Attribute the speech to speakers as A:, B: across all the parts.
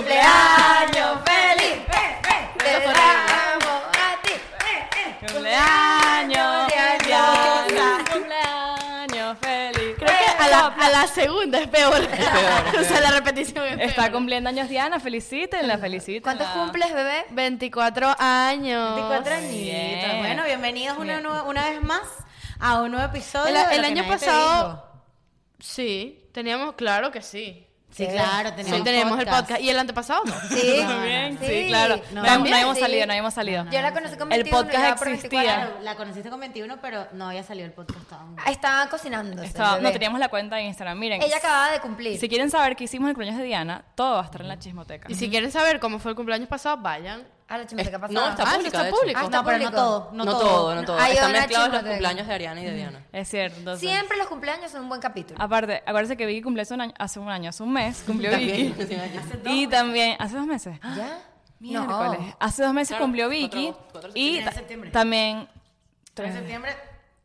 A: Cumpleaños feliz, te damos a ti.
B: Cumpleaños
A: feliz,
B: Diana. Cumpleaños feliz.
C: Creo que a la, a la segunda es peor.
D: peor,
C: o sea, la repetición es peor.
B: Está cumpliendo años Diana, felicítenla, felicítenla.
A: ¿Cuántos cumples, bebé?
C: 24 años.
A: 24
B: bien.
A: añitos. Bueno, bienvenidos una,
B: Bien.
A: nue- una vez más a un nuevo episodio.
C: El-
A: de
C: el
A: Lo que nadie
C: año
A: te
C: pasado-
A: dijo.
C: Sí, teníamos, claro que sí.
A: Sí, claro,
C: Sí,
A: teníamos
C: teníamos el podcast. ¿Y el antepasado no?
A: Sí,
B: Muy bien, sí,
A: sí.
B: claro.
A: No,
B: No, no
A: también,
B: habíamos
A: sí.
B: salido, no habíamos salido.
E: Yo la conocí con
B: El
E: 21 y
B: podcast
E: ya por 24.
B: existía.
E: Claro,
D: La conociste con 21, pero no había salido el podcast aún.
E: Estaba cocinando.
B: Estaba- no teníamos la cuenta de Instagram. Miren,
E: Ella acababa de cumplir.
B: si quieren saber qué hicimos el cumpleaños de Diana, todo va a estar en la chismoteca.
C: Y si quieren saber cómo fue el cumpleaños pasado, vayan.
E: A la chimoteca pasada.
F: Eh, No, está
C: Ah, no
F: pública,
C: está
F: de hecho.
C: pública.
E: Ah,
D: No,
E: está
D: pero no
E: público.
D: todo, no,
F: No
D: todo.
F: todo, no todo.
E: Hay
F: Están
E: una
F: mezclados los
E: chismoteca.
F: cumpleaños de Ariana y de Diana.
B: Es cierto. o sea,
E: Siempre los cumpleaños son un buen capítulo.
B: Aparte, acuérdense que Vicky cumplió hace un año, hace un, año, hace un mes, cumplió Vicky. y también, hace dos meses.
E: ¿Ya?
B: Ah, Miércoles.
E: No.
B: Hace dos meses
F: Claro,
B: cumplió
F: cuatro
B: Vicky.
F: agosto, cuatro de
B: y ta-
D: septiembre. Tres de septiembre.
B: también.
D: 3 de septiembre,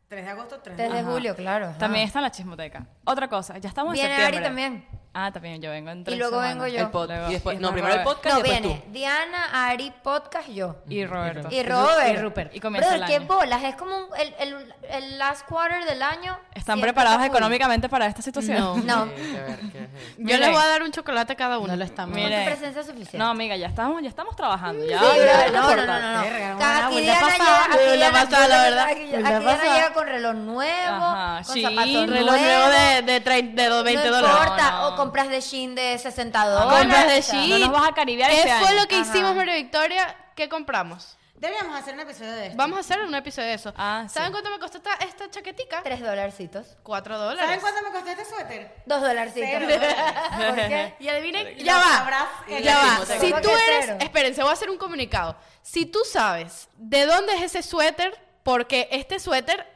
D: 3 de agosto, 3 de
E: 3 de
B: Ajá.
E: julio, claro. ajá.
B: También está en la chismoteca. Otra cosa, ya estamos
E: Viene
B: en
E: Ari
B: septiembre.
E: también.
B: Ah, también yo vengo en tres
E: luego vengo
B: semanas.
E: yo.
F: El pod-
B: Luego-
F: y después,
B: y
F: no,
B: después
F: primero el
B: Robert.
F: podcast
E: No,
F: y después
E: viene Diana, Ari, podcast, yo.
B: Y Roberto.
E: Y Robert.
D: y Rupert.
B: Y comienza
E: Brother,
B: el
E: qué
B: año.
E: bolas. Es como un- el, el, el last quarter del año.
B: ¿Están
E: siempre
B: preparados
E: está full.
B: económicamente para esta situación?
C: No.
E: No.
F: tú. Eh, a ver, ¿qué es?
C: Yo
B: Miren.
C: les voy a dar un chocolate a cada uno.
D: No lo estamos.
B: Mire.
E: Con tu presencia es suficiente.
B: No, amiga, ya estamos, ya estamos trabajando. Ya,
E: Sí,
B: ya
E: pero
B: es lo
E: no, no,
B: importante.
E: no, no.
D: Verga, pues
E: Cada-
D: una
E: aquí
D: vuelta
E: Diana
D: pasada,
B: Pues
E: llega- aquí
C: una
E: Diana-
C: pasada, la verdad.
E: Aquí, aquí
D: Vuelta
E: Diana
D: pasada.
E: llega con reloj nuevo,
B: Ajá,
E: con
B: sí,
E: zapatos
C: Reloj nuevo de, de, trein- de do- 20
E: no
C: dólares.
E: importa,
B: No, no.
E: o compras de jean de 60 dólares.
C: Compras de
E: o sea,
C: jean.
B: No nos vas a caribear
C: ¿Qué
B: este
C: fue
B: año?
C: lo que hicimos, María Victoria? ¿Qué compramos?
D: Deberíamos hacer un episodio de esto.
C: Vamos a hacer un episodio de eso.
B: Ah, sí.
C: ¿Saben cuánto me costó esta, esta chaquetica?
E: 3 dolarcitos.
C: 4 dólares.
D: ¿Saben cuánto me costó este suéter?
E: 2 dolarcitos.
D: Cero
E: ¿Por qué?
C: Y adivinen,
D: Lo
C: ya
D: sabrás
C: va,
D: en
C: ya
D: la
C: va.
D: chismoteca.
C: Si
E: Creo
C: tú
E: que
C: eres,
E: cero.
C: espérense, voy a hacer un comunicado. Si tú sabes de dónde es ese suéter, porque este suéter,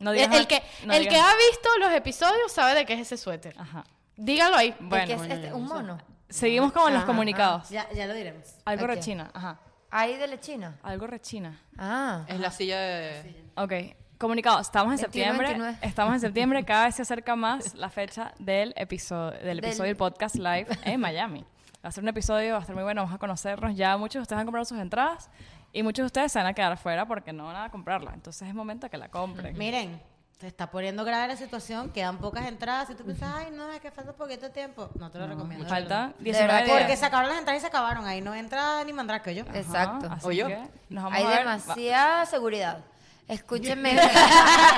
B: No
C: el,
B: digas
C: el
B: nada,
C: que,
B: no
C: el
B: digas Ah.
C: que ha
B: nada.
C: visto los episodios sabe de qué es ese suéter.
B: Ajá.
C: Díganlo ahí.
B: Bueno,
E: ¿Qué es este? Un mono.
B: seguimos con los comunicados.
D: Ya, ya lo diremos.
B: Algo
E: Ok.
B: rechina, ajá.
E: Ahí de la China.
B: Algo rechina.
E: Ah.
F: Es la silla de...
B: Ok. Comunicados, estamos en
E: 21,
B: septiembre,
E: 29.
B: estamos en septiembre, cada vez se acerca más la fecha del episodio del
E: Del-
B: episodio del podcast live en Miami. Va a ser un episodio, va a estar muy bueno, vamos a conocernos, ya muchos de ustedes han comprado sus entradas y muchos de ustedes se van a quedar afuera porque no van a comprarla, entonces es momento que la compren.
D: Miren, se está poniendo grave la situación, quedan pocas entradas. Si tú piensas, ay, no, es que falta poquito tiempo, no te lo recomiendo. de verdad.
B: Falta
E: verdad
B: eh, 19
E: que-
B: días.
D: Porque se acabaron las entradas y se acabaron. Ahí no entra ni mandrake, yo.
E: Es-
B: Ajá,
E: Exacto.
B: así
F: O yo.
B: que nos vamos
E: Hay
B: a ver-
E: demasiada seguridad. Escúchenme.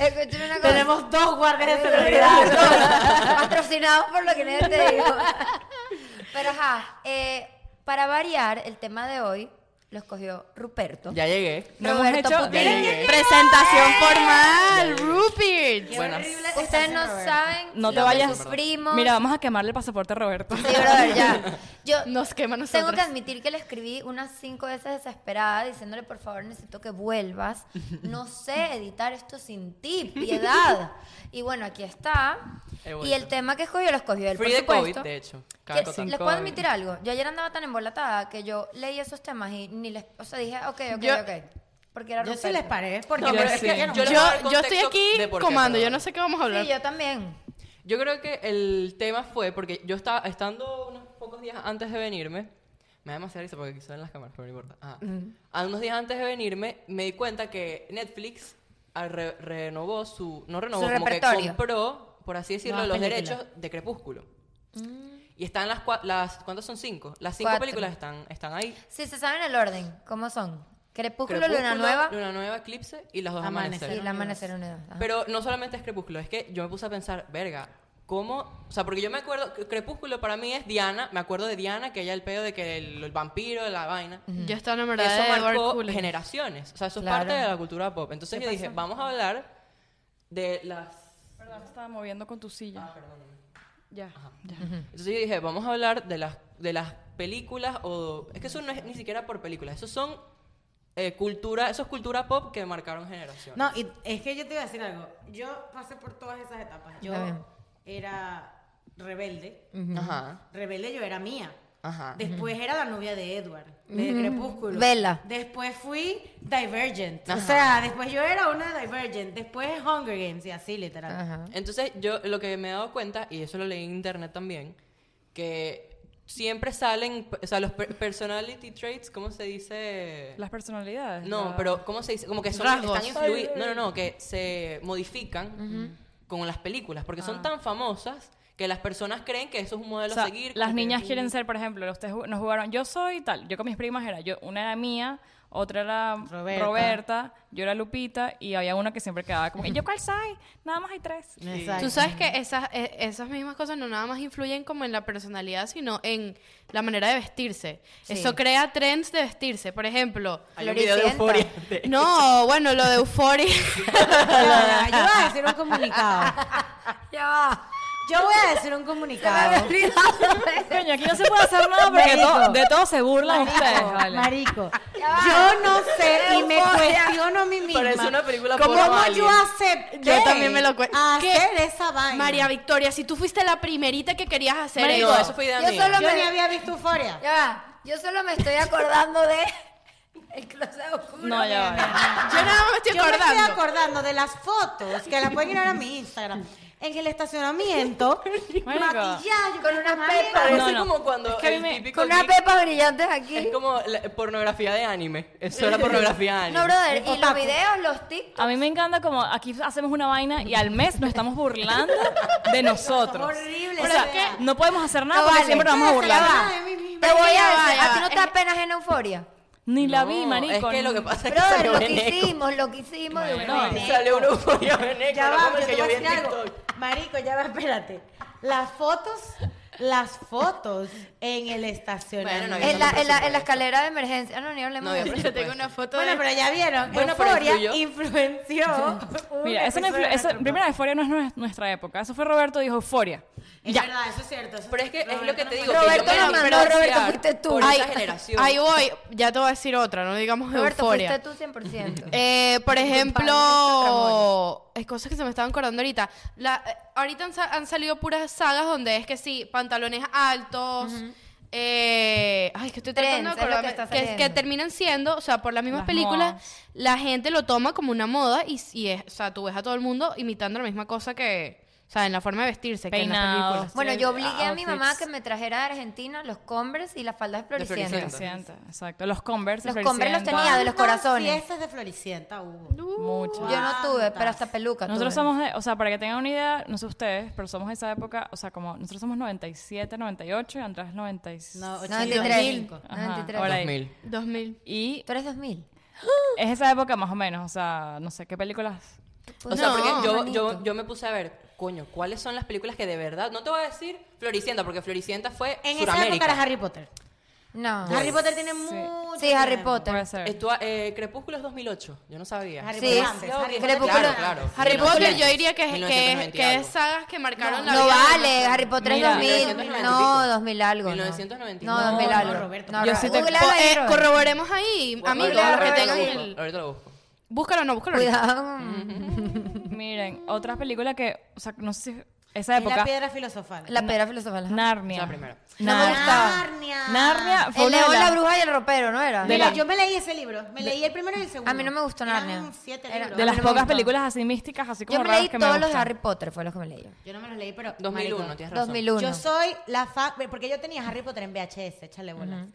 E: Escúchenme una cosa.
D: Tenemos dos guardias de
E: Seguridad,
D: seguridad.
E: todo. Patrocinados por lo que nadie te dijo. Pero ajá, eh, para variar, el tema de hoy lo escogió Ruperto.
F: Ya llegué.
B: No hemos
E: Roberto
B: hecho-
E: Putin.
F: Ya llegué.
C: Presentación formal, Rupert.
F: Buenas.
E: Ustedes no saben
B: No te
E: lo que
B: vayas.
E: sufrimos.
B: Mira, vamos a quemarle el pasaporte a Roberto.
E: Sí, brother, ya. Yo
C: Nos quema a
E: tengo
C: nosotros.
E: que admitir que le escribí unas cinco veces desesperada diciéndole, por favor, necesito que vuelvas. No sé editar esto sin ti, piedad. Y bueno, aquí está. Y
F: He
E: el
F: vuelto.
E: tema que escogió lo escogió él,
F: Free
E: por
F: de COVID,
E: supuesto.
F: de hecho.
E: Que-
F: Cada cosa.
E: les puedo admitir algo. Yo ayer andaba tan embolatada que yo leí esos temas y ni les. O sea, dije, ok, ok,
C: Yo-
E: ok. Porque era
D: Yo sí
E: Ruperto.
D: les paré, porque
B: Yo
D: me
B: sí.
D: escribieron.
F: Yo
C: Yo,
F: les voy a dar
C: yo estoy
F: contexto
C: aquí
F: de por qué,
C: comando, yo
F: perdón.
C: no sé qué vamos a hablar.
E: Sí, yo también.
F: Yo creo que el tema fue porque yo estaba estando unos pocos días antes de venirme. Me da demasiada risa porque aquí en las cámaras, pero no importa. Ajá. A unos días antes de venirme, me di cuenta que Netflix ah, re- renovó su. No renovó,
E: Su
F: como que
E: repertorio.
F: compró, por así decirlo,
D: Nuevas
F: los
D: películas.
F: derechos de Crepúsculo. Y están las, cua- las. ¿Cuántas son cinco? Las cinco
E: Mm. Cuatro.
F: películas están, están ahí.
E: Si se saben el orden, ¿cómo son? Crepúsculo, Luna Nueva
F: Luna Nueva, Eclipse y las dos
D: Amanecer.
F: Amanecer.
E: y El Amanecer Unido. Ajá.
F: Pero no solamente es Crepúsculo, es que yo me puse a pensar, verga, ¿cómo? O sea, porque yo me acuerdo, que Crepúsculo para mí es Diana, me acuerdo de Diana, que ella el pedo de que el, el vampiro, la vaina.
C: Yo estaba
F: Que eso
C: enamorada de Edward
F: marcó
C: Cullen.
F: generaciones. O sea, eso es
E: Claro.
F: parte de la cultura pop. Entonces yo dije, vamos a hablar de las
B: Perdón, estaba moviendo con tu silla. Ya. ya.
F: Entonces yo dije, vamos a hablar de las, de las películas o... Es que eso no es ni siquiera por películas, eso son eh, cultura, eso es cultura pop que marcaron generaciones.
D: No, y es que yo te iba a decir algo. Yo pasé por todas esas etapas. Yo
E: Está bien.
D: era rebelde.
F: Mm. Ajá.
D: Rebelde yo era mía.
C: Ah.
F: Ajá.
D: Después era la novia de Edward, de Crepúsculo.
E: Bella.
D: Después fui Divergent. O
F: Ajá.
D: sea, después yo era una Divergent. Después Hunger Games y así,
C: Ah,
D: literal.
E: Ajá.
F: Entonces yo lo que me he dado cuenta, y eso lo leí en internet también, que siempre salen, o sea, los per- personality traits, ¿cómo se dice?
B: Las personalidades.
F: No,
B: la-
F: pero ¿cómo se dice? Como que son,
C: Rasgos.
F: están influidos. No, no, no, que se modifican con las películas, porque son tan famosas que las personas creen que eso es un
B: Ah.
F: modelo
B: O sea,
F: a seguir.
B: las
F: como que-
B: niñas quieren ser, por ejemplo, ustedes ju- nos jugaron, yo soy tal, yo con mis primas era, yo una era mía, otra era Roberta,
D: Roberta.
B: yo era Lupita y había una que siempre quedaba como, ¿y yo cuál soy? Nada más hay tres.
D: Exacto.
C: Tú sabes que esas, e- esas mismas cosas no nada más influyen como en la personalidad, sino en la manera de vestirse.
E: Sí.
C: Eso crea trends de vestirse. Por ejemplo,
F: Hay un video de
E: Floricienta.
F: euforia. de-
C: no, bueno, lo de euforia.
D: Ahora, Yo voy a decir un comunicado.
E: Ya va.
D: Yo voy a decir un comunicado.
B: Coño, aquí no se puede hacer nada porque
D: Marico.
B: to- de todo se burlan ustedes,
D: Marico,
B: vale.
D: marico.
E: va.
D: Yo no sé y me
E: Euforia.
D: cuestiono a mí misma.
F: Parece una película
D: ¿Cómo
F: porno
D: yo
F: alien.
D: acepté?
C: Yo también me lo cue-
D: Hacer
C: ¿Qué?
D: esa vaina.
C: María Victoria, si tú fuiste la primerita que querías hacer
F: Marico,
C: eso.
F: eso fue idea
E: Yo
F: mía.
E: solo-
D: Yo ni había visto euforia.
E: Ya va. Yo solo me estoy acordando de el closet oscuro.
B: No, ya va. ya.
C: Yo nada más me estoy
D: Yo me estoy
C: acordando.
D: acordando de las fotos que las pueden ir ahora a mi Instagram. En el estacionamiento,
B: Marico.
D: maquillaje,
E: Con unas
D: maneras.
E: pepas.
F: Parece
B: No, no.
F: como cuando
B: Es que a mí
F: el
B: me-
F: típico
E: Con unas
F: geek-
E: pepas brillantes aquí.
F: Es como la- pornografía de anime. Eso era pornografía de anime.
E: No, brother. Y los
D: Otaku.
E: videos, los tics.
B: A mí me encanta como aquí hacemos una vaina y al mes nos estamos burlando de nosotros.
D: Horrible.
B: O sea,
D: esa idea.
B: no podemos hacer nada
E: No
B: porque
E: vale.
B: siempre nos vamos a
D: Yo
B: burlar.
D: estaba de mí misma.
E: Te voy
C: ya
E: a
C: va,
E: decir,
C: ya
E: a ti
C: va.
E: no te
C: Es-
E: apenas en euforia.
B: Ni la
F: No,
B: vi, marico.
F: Es que lo que pasa es que
E: Brother,
F: salió
E: lo que
F: veneco.
E: hicimos, lo que hicimos de
B: Bueno,
E: una
B: no.
E: vez.
F: Salió una euforia veneco.
D: Ya
F: no
D: va,
F: como el
D: yo
F: que
D: te
F: yo
D: voy
F: vi
D: a
F: en
D: decir algo.
F: TikTok.
D: Marico, ya va, espérate. Las fotos, las fotos en el estacionamiento.
F: Bueno, no,
E: En la, en, la, en la escalera de emergencia. Ah, No, ni hablemos
F: No,
E: de
F: yo-
E: eso.
C: Yo tengo una foto
D: Bueno,
C: de...
D: pero ya vieron,
F: Bueno, pero
D: Euforia
F: influyó.
D: influenció.
B: Mira, esa, no influ- esa- primera euforia no es nues- nuestra época. Eso fue Roberto dijo euforia.
D: Es verdad, eso es cierto. eso
F: Pero es que es
D: Roberto
F: lo que
D: no
F: te
D: me-
F: digo.
E: Roberto
F: que yo
E: la
F: me
E: mandó,
F: diferenciar
E: Roberto, fuiste tú.
F: Por
E: Ay,
F: esa generación.
C: Ahí voy, ya te voy a decir otra, no digamos
E: Roberto,
C: euforia.
E: fuiste tú 100%.
C: Eh, por
E: Disculpa,
C: ejemplo, es cosas que se me estaban acordando ahorita. La, eh, ahorita han, sa- han salido puras sagas donde es que sí, pantalones altos. eh, ay, que estoy tratando
E: Trends,
C: de
E: es lo que
C: acordarme.
E: está
C: que,
E: saliendo.
C: que terminan siendo, o sea, por las mismas
B: Las
C: películas,
B: modas.
C: la gente lo toma como una moda y, y es, o sea, tú ves a todo el mundo imitando la misma cosa que, o sea, en la forma de vestirse, que en las
B: Peinados.
C: películas.
E: Bueno, yo obligué a mi mamá a
B: Outfits.
E: que me trajera de Argentina los Converse y las faldas
F: floricienta.
E: floricientes.
B: Floricienta, exacto. Los Converse.
E: Los Converse los
B: Floricienta.
E: tenía de los corazones.
D: fiestas de Floricienta hubo?
B: Mucho.
E: Yo no tuve, pero hasta peluca
B: Nosotros
E: tuve.
B: somos de, o sea, para que tengan una idea, no sé ustedes, pero somos de esa época, o sea, como nosotros somos 97, 98 y Andrés es 96.
D: No,
E: 93.
D: 85.
B: Ajá,
E: 93.
B: ahora ahí.
F: 2000.
C: 2000.
B: Y
E: Tú eres 2000.
B: es esa época más o menos, o sea, no sé qué películas.
E: Pues
F: O sea,
C: No,
F: porque yo,
E: manito.
F: yo, yo me puse a ver, coño, ¿cuáles son las películas que de verdad, no te voy a decir Floricienta, porque Floricienta fue
D: En esa época
F: Suramérica.
D: era Harry Potter.
E: No.
D: Harry Potter tiene mucho
E: Sí, Harry
D: tiempo.
E: Potter.
B: Puede ser.
F: Estu- eh, Crepúsculo es 2008, yo no sabía.
D: Harry
E: Sí,
D: Potter antes, Harry Potter
E: Crepúsculo.
D: antes.
F: Claro, claro.
C: Harry Potter
F: 1900,
C: yo diría que, es- que,
F: 1990
C: es-
F: y
C: que
F: algo.
C: es sagas que marcaron la
E: No
C: vida.
E: vale, Harry Potter es
B: Mira,
E: 2000.
F: 1990
E: No,
F: y pico.
E: 2000 algo. no.
F: 1990.
E: No,
F: No,
E: 2000
F: no,
E: algo.
D: Roberto,
E: No,
B: Yo sí te-
E: Google
C: Po-
E: ahí,
C: eh,
E: Robert.
C: corroboremos ahí,
F: Bueno,
C: amigos,
E: Claro,
C: los que
E: Robert,
F: ahorita lo
C: tengan
E: sí.
F: busco,
C: el...
F: ahorita lo busco.
C: Búscalo o no, búscalo. ahorita.
E: Cuidado.
B: Miren, otra película que, o sea, no sé si esa
D: En la
B: época
D: piedra filosofal.
E: La piedra filosofal. ajá.
B: Narnia.
F: La primera.
E: No Ah, me gustaba.
D: Narnia.
B: Narnia fue
E: El
B: una
E: león,
B: de
E: la
B: las-
E: bruja y el ropero, ¿no era?
B: De
D: Mira,
B: la-
D: yo me leí ese libro. Me leí el primero y el segundo.
E: A mí no me gustó
D: Eran
E: Narnia.
D: siete
E: Era-
D: libros.
B: de las
E: no me
B: pocas
E: gustó.
B: películas así místicas, así como
E: Yo me
B: raras
E: leí
B: que
E: todos
B: me
E: los de
B: gustan.
E: Harry Potter, fue los que me leí yo.
D: Yo no me los leí, pero...
F: 2001,
D: marico,
F: tienes razón.
E: 2001.
D: Yo soy la fan... Porque yo tenía Harry Potter en VHS, échale bolas.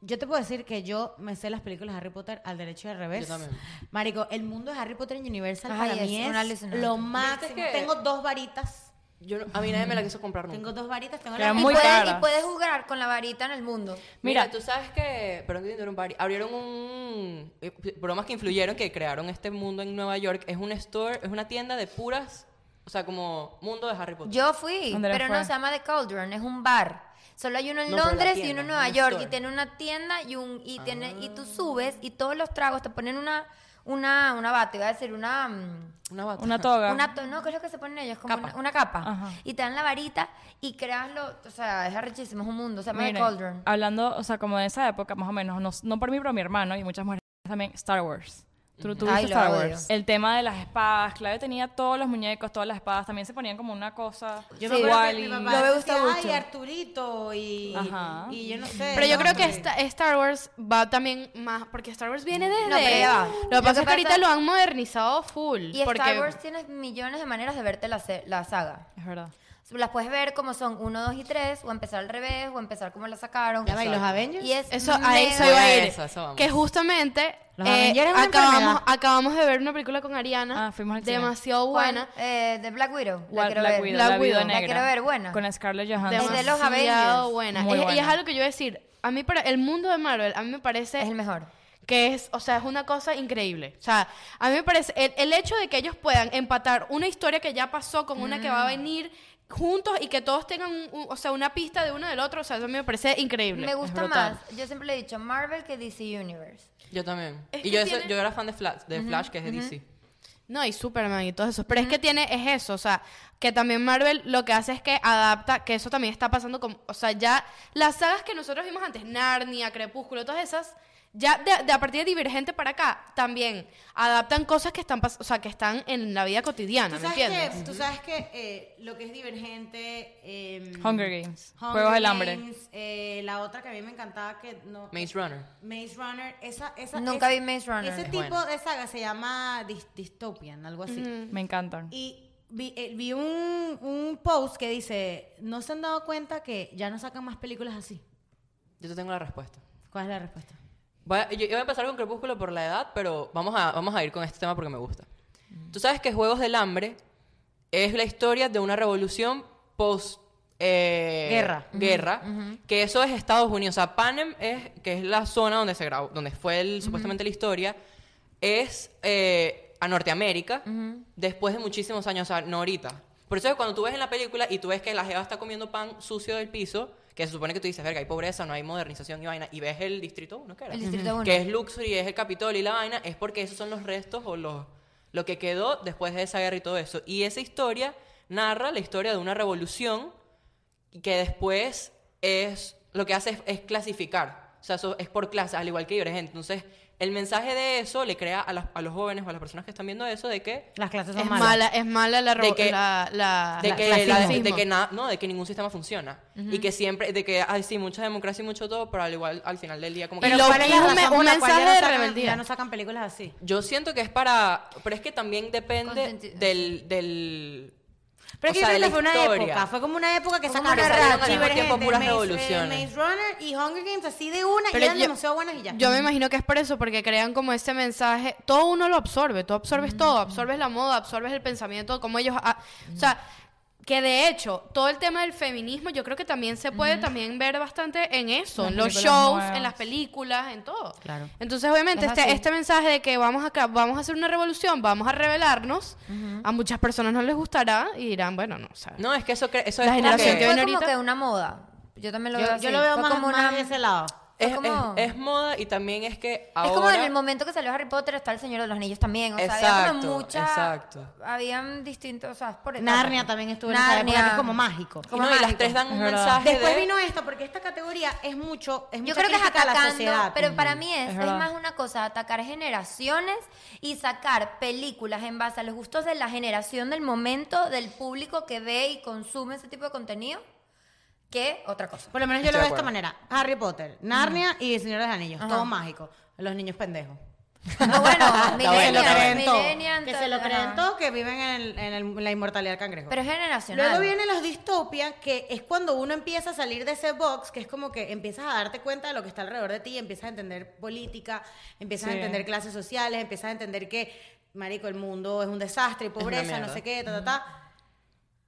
D: Yo te puedo decir que yo me sé las películas de Harry Potter al derecho y al revés.
F: Yo también.
D: Marico, el mundo de Harry Potter en Universal
E: Ay,
D: para
E: es
D: mí
E: una
D: es
E: alucinante.
D: lo
E: ¿Viste
D: máximo.
F: que-
D: Tengo dos varitas.
F: Yo no- a mí nadie me la quiso comprar nunca.
D: Tengo dos varitas. Tengo
B: Era
D: la
E: Y
B: muy
E: puedes,
B: caras.
E: y puedes jugar con la varita en el mundo.
F: Mira,
B: Mira.
F: tú sabes que, perdón que te interrumpa, Ari, abrieron un eh, bromas que influyeron, que crearon este mundo en Nueva York. Es un store, es una tienda de puras, o sea, como mundo de Harry Potter.
E: Yo fui,
B: ¿Dónde
E: pero
B: fue?
E: no se llama The Cauldron, es un bar. Solo hay uno en
F: No, Ah. pero la
E: Londres y
F: tienda,
E: uno en Nueva
F: un
E: York
F: store.
E: y tiene una tienda y un y tiene y tú subes y todos los tragos te ponen una una una bata, iba a decir una mm,
F: una bata.
B: Una toga.
E: una to- no, ¿qué es lo que se ponen ellos? Como
F: Capa.
E: Una, una capa.
B: Ajá.
E: Y te dan la varita y creas lo, o sea, es arrechísimo, es un mundo, se llama The
B: Miren,
E: Cauldron.
B: hablando, o sea, como de esa época, más o menos, no, no por mí, pero mi hermano y muchas mujeres también, Star Wars. Tú tú
E: Ay,
B: viste
E: lo
B: Star
E: odio.
B: Wars. El tema de las espadas. Claudia tenía todos los muñecos, todas las espadas. También se ponían como una cosa.
D: Yo
E: Sí.
D: me acuerdo que
B: Wally.
D: mi papá
E: Lo me
D: decía,
E: gusta mucho.
D: Ay, Arturito y,
B: Ajá.
D: y yo no sé.
C: Pero yo
D: ¿no?
C: creo que
D: Porque-
C: esta, Star Wars va también más, porque Star Wars viene desde...
E: No, pero ya va.
C: Lo que
E: Lo
C: pasa
E: que
C: es que ahorita
E: pasa-
C: lo han modernizado full.
E: Y
C: porque...
E: Star Wars tienes millones de maneras de verte la, se- la saga.
B: Es verdad.
E: O Las puedes ver como son 1, 2 y 3, o empezar al revés, o empezar como la sacaron.
D: Ya va, ¿y los Avengers?
E: Y es
C: Eso, a eso
E: mega-
C: iba a
F: Bueno,
C: ir.
F: eso, eso vamos.
C: que justamente
D: Los
C: eh,
D: Avengers es una
C: acabamos,
D: enfermedad.
C: acabamos de ver una película con Ariana.
B: Ah, fuimos al cine.
C: demasiado buena.
E: ¿Cuál? Eh, de Black Widow. La,
B: Gua-
E: quiero
B: la
E: ver.
B: Widow,
C: La
B: la Viuda
C: Widow.
B: negra.
E: La quiero ver, buena.
B: Con Scarlett Johansson.
E: Es de los
C: Demasiado
E: Avengers.
C: buena.
B: Muy
C: Es- Y es
B: buena.
C: algo que yo voy a decir. A mí, para el mundo de Marvel, a mí me parece
E: Es el mejor.
C: que es, o sea, es una cosa increíble. O sea, a mí me parece, el, el hecho de que ellos puedan empatar una historia que ya pasó con una que va a
E: Mm.
C: venir juntos y que todos tengan, un- un- o sea, una pista de uno del otro, o sea, eso me parece increíble.
E: Me gusta
B: brutal.
E: más, yo siempre le he dicho Marvel que DC Universe.
F: Yo también.
C: Es
F: y
C: que
F: yo, eso-
C: tiene-
F: yo era fan de Flash, de Flash que es de DC.
C: No, y Superman y todo eso. Pero es que tiene, es eso, o sea, que también Marvel lo que hace es que adapta, que eso también está pasando con, o sea, ya las sagas que nosotros vimos antes, Narnia, Crepúsculo, todas esas, ya de, de a partir de Divergente para acá, también adaptan cosas que están, pas- o sea, que están en la vida cotidiana, ¿me
D: ¿Tú sabes, que,
C: entiendes?
D: tú sabes que eh, lo que es divergente. em,
B: Hunger Games, Juegos del Hambre.
D: Games, eh, la otra que a mí me encantaba que no.
F: Maze Runner.
D: Maze Runner, esa, esa
E: Nunca vi
D: esa-
E: Maze Runner.
D: Ese
E: Es
D: tipo
F: buena.
D: de saga se llama dis- Dystopian, algo así.
B: Me encantan.
D: Y vi, eh, vi un, un post que dice, ¿no se han dado cuenta que ya no sacan más películas así?
F: Yo te tengo la respuesta.
D: ¿Cuál es la respuesta?
F: Voy a- yo, yo voy a empezar con Crepúsculo por la edad, pero vamos a, vamos a ir con este tema porque me gusta. Tú sabes que Juegos del Hambre es la historia de una revolución post... eh,
D: Guerra.
F: Guerra. Que eso es Estados Unidos. O sea, Panem, es, que es la zona donde se grabó, donde fue el- supuestamente la historia, es eh, a Norteamérica después de muchísimos años, o sea, no ahorita. Por eso es que cuando tú ves en la película y tú ves que la jeva está comiendo pan sucio del piso, que se supone que tú dices, verga, hay pobreza, no hay modernización y vaina, y ves el Distrito 1, ¿qué era?
E: El Distrito 1.
F: que es Luxury, es el Capitolio y la vaina, es porque esos son los restos o los, lo que quedó después de esa guerra y todo eso. Y esa historia narra la historia de una revolución que después es lo que hace es, es clasificar. O sea, eso es por clases, al igual que Divergente. Entonces, el mensaje de eso le crea a, las- a los jóvenes o a las personas que están viendo eso de que
D: Las clases son
C: Es
D: malas.
C: mala, es mala la, ro-
F: De que-
C: la, la-
F: de
C: Ah, la-
F: que,
C: el
F: la- de,
C: racismo.
F: que na- no, de que ningún sistema funciona y que siempre de que hay sí mucha democracia y mucho todo, pero al igual al final del día como que
C: Pero
D: ¿cuál es la
C: un me-
D: razón
C: un
D: por la cual ya
C: mensaje
D: no
C: de
D: sacan-
C: rebeldía.
D: Ya no sacan películas así.
F: yo siento que es para, pero es que también depende
E: Consenti-
F: del del
D: Pero
F: o
D: que
F: sea,
D: yo
F: de
D: creo
F: la
D: que fue una
F: historia.
D: época, fue como una época que
E: Fue como
D: sacaron
E: una
D: sacaron
E: racha.
D: al mismo
F: Divergente,
D: tiempo
F: Maze-
D: Maze
F: Maze
D: Runner y Hunger Games así de una
C: Pero
D: y eran
C: yo-
D: demasiado buenas y ya.
C: Yo me imagino que es por eso, porque crean como ese mensaje, todo uno lo absorbe, tú absorbes todo, absorbes la moda, absorbes el pensamiento, como ellos... ah, O sea, que de hecho, todo el tema del feminismo yo creo que también se puede también ver bastante en eso,
B: Las
C: en los
B: películas
C: shows,
B: nuevas.
C: en las películas, en todo.
D: Claro.
C: Entonces, obviamente,
E: Es
C: este,
E: así.
C: este mensaje de que vamos a, vamos a hacer una revolución, vamos a rebelarnos, a muchas personas no les gustará y dirán, bueno, no, o sea...
F: No, es que eso cre- eso
C: La
F: es como
C: generación
F: que-
C: que
E: fue
C: viene
E: como
C: ahorita.
E: que una moda. Yo también lo
D: Yo,
E: veo así.
D: yo lo veo
E: Fue
D: más,
E: como
D: más
E: una-
D: de ese lado.
E: fue
F: es, es-
E: como-
F: es moda y también es que ahora
E: Es como en el momento que salió Harry Potter está El Señor de los Anillos también. O sea, había
F: Exacto,
E: como mucha...
F: exacto.
E: Habían distintos... O sea, por
D: Narnia también estuvo en esa época, que es como mágico.
F: y no, y las tres dan un
B: Es verdad.
F: mensaje
D: Después
F: de-
D: vino esta, porque esta categoría es mucho, es
E: Yo
D: mucha
E: creo que es
D: crítica a la
E: atacando,
D: sociedad.
E: pero para mí es,
B: Es
E: es,
B: verdad.
E: más una cosa, atacar generaciones y sacar películas en base a los gustos de la generación del momento, del público que ve y consume ese tipo de contenido, que otra cosa.
D: Por lo menos yo
F: Estoy
D: lo veo
F: de
D: de esta
F: acuerdo.
D: manera. Harry Potter, Narnia y El Señor de los Anillos. Todo mágico. Los niños pendejos.
E: Ah, bueno,
F: buena,
D: Que se lo
E: millennials,
D: creen todo.
E: millennials,
D: Que se lo
E: ajá.
D: creen todo, que viven en, el- en el- la inmortalidad del cangrejo.
E: Pero es generacional.
D: Luego vienen los distopias, que es cuando uno empieza a salir de ese box, que es como que empiezas a darte cuenta de lo que está alrededor de ti, empiezas a entender política, empiezas a
B: Sí.
D: entender clases sociales, empiezas a entender que, marico, el mundo es un desastre, y pobreza, no
F: mierda.
D: sé qué, ta, ta, ta.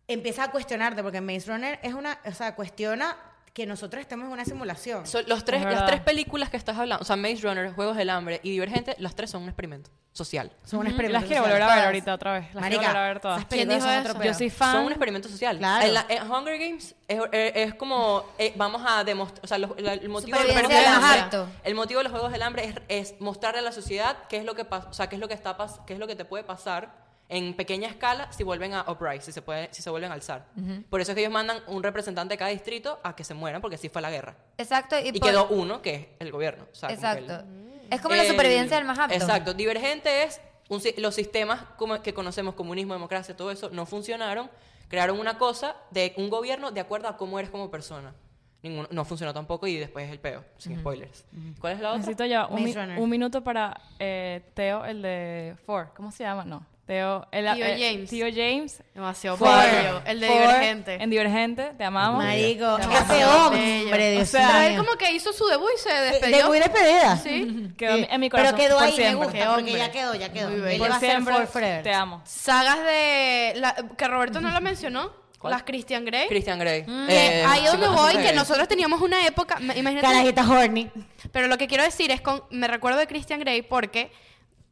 D: Empiezas a cuestionarte, porque Maze Runner es una, o sea, cuestiona que nosotros estemos en una simulación.
F: son los tres,
B: Es
F: las
B: verdad.
F: tres películas que estás hablando, o sea, Maze Runner, Juegos del Hambre y Divergente, las tres son un experimento social.
D: Son un
B: Las
D: experimento
B: quiero
D: social.
B: volver a ver ahorita otra vez. Las quiero
D: Marica,
B: volver a ver todas.
D: esas
C: ¿Quién
D: películas
C: dijo
D: son otro
C: eso?
D: peor.
B: Yo soy fan.
F: Son un experimento social.
D: Claro.
F: En, la- en Hunger Games es, es- es como eh, vamos a demostrar, o sea, los- la- el motivo de los
E: Supervivencia
F: juegos del
E: del
F: hambre,
E: harto.
F: el motivo de los juegos del hambre es, es mostrarle a la sociedad qué es lo que pasa, o sea, qué es lo que está pas- qué es lo que te puede pasar en pequeña escala si vuelven a uprise, si se puede, si se vuelven a alzar. Por eso es que ellos mandan un representante de cada distrito a que se mueran porque así fue la guerra.
E: Exacto. Y,
F: Y
E: por-
F: quedó uno que es el gobierno, o sea, como que el-
E: Exacto. Es como la
D: Eh,
F: el-
E: supervivencia del más apto.
F: Eh, Exacto. Divergente es un si- los sistemas como, que conocemos, comunismo, democracia, todo eso, no funcionaron. Crearon una cosa de un gobierno de acuerdo a cómo eres como persona. Ninguno, no funcionó tampoco y después es el peo, sin spoilers. ¿Cuál es la otra?
B: Necesito ya un,
D: Maze
B: mi-
D: Runner.
B: un minuto para eh, Teo, el de Four. ¿Cómo se llama? No. Teo, el,
C: Tío
B: eh,
C: James.
B: Tío James.
C: Demasiado
B: Four.
C: bello. El de
B: Four.
C: Divergente.
B: En Divergente, te amamos.
D: Marico,
C: Bello.
D: ese hombre,
C: Bello.
D: Dios
C: O sea, él
D: mío.
C: como que hizo su debut y se
D: De
C: despedió.
D: Despedida. Despedida.
C: Sí.
B: Quedó
D: Sí.
B: en mi corazón.
D: Pero quedó
B: por
D: ahí,
B: siempre.
D: me
C: Qué
D: gusta, porque
C: hombre.
D: ya quedó, ya quedó.
C: Muy
D: Él
C: bello.
B: Por
D: va a ser
B: siempre,
D: for forever.
B: te amo.
C: Sagas de... la- que Roberto no la mencionó.
F: ¿Cuál?
C: Las Christian Grey.
F: Christian Grey.
E: Mm.
C: que
F: Eh,
C: ahí
F: chicos,
C: donde
F: no
C: voy,
F: sé.
C: que nosotros teníamos una época, me- imagínate,
D: Carajita horny.
C: pero lo que quiero decir es con, me recuerdo de Christian Grey porque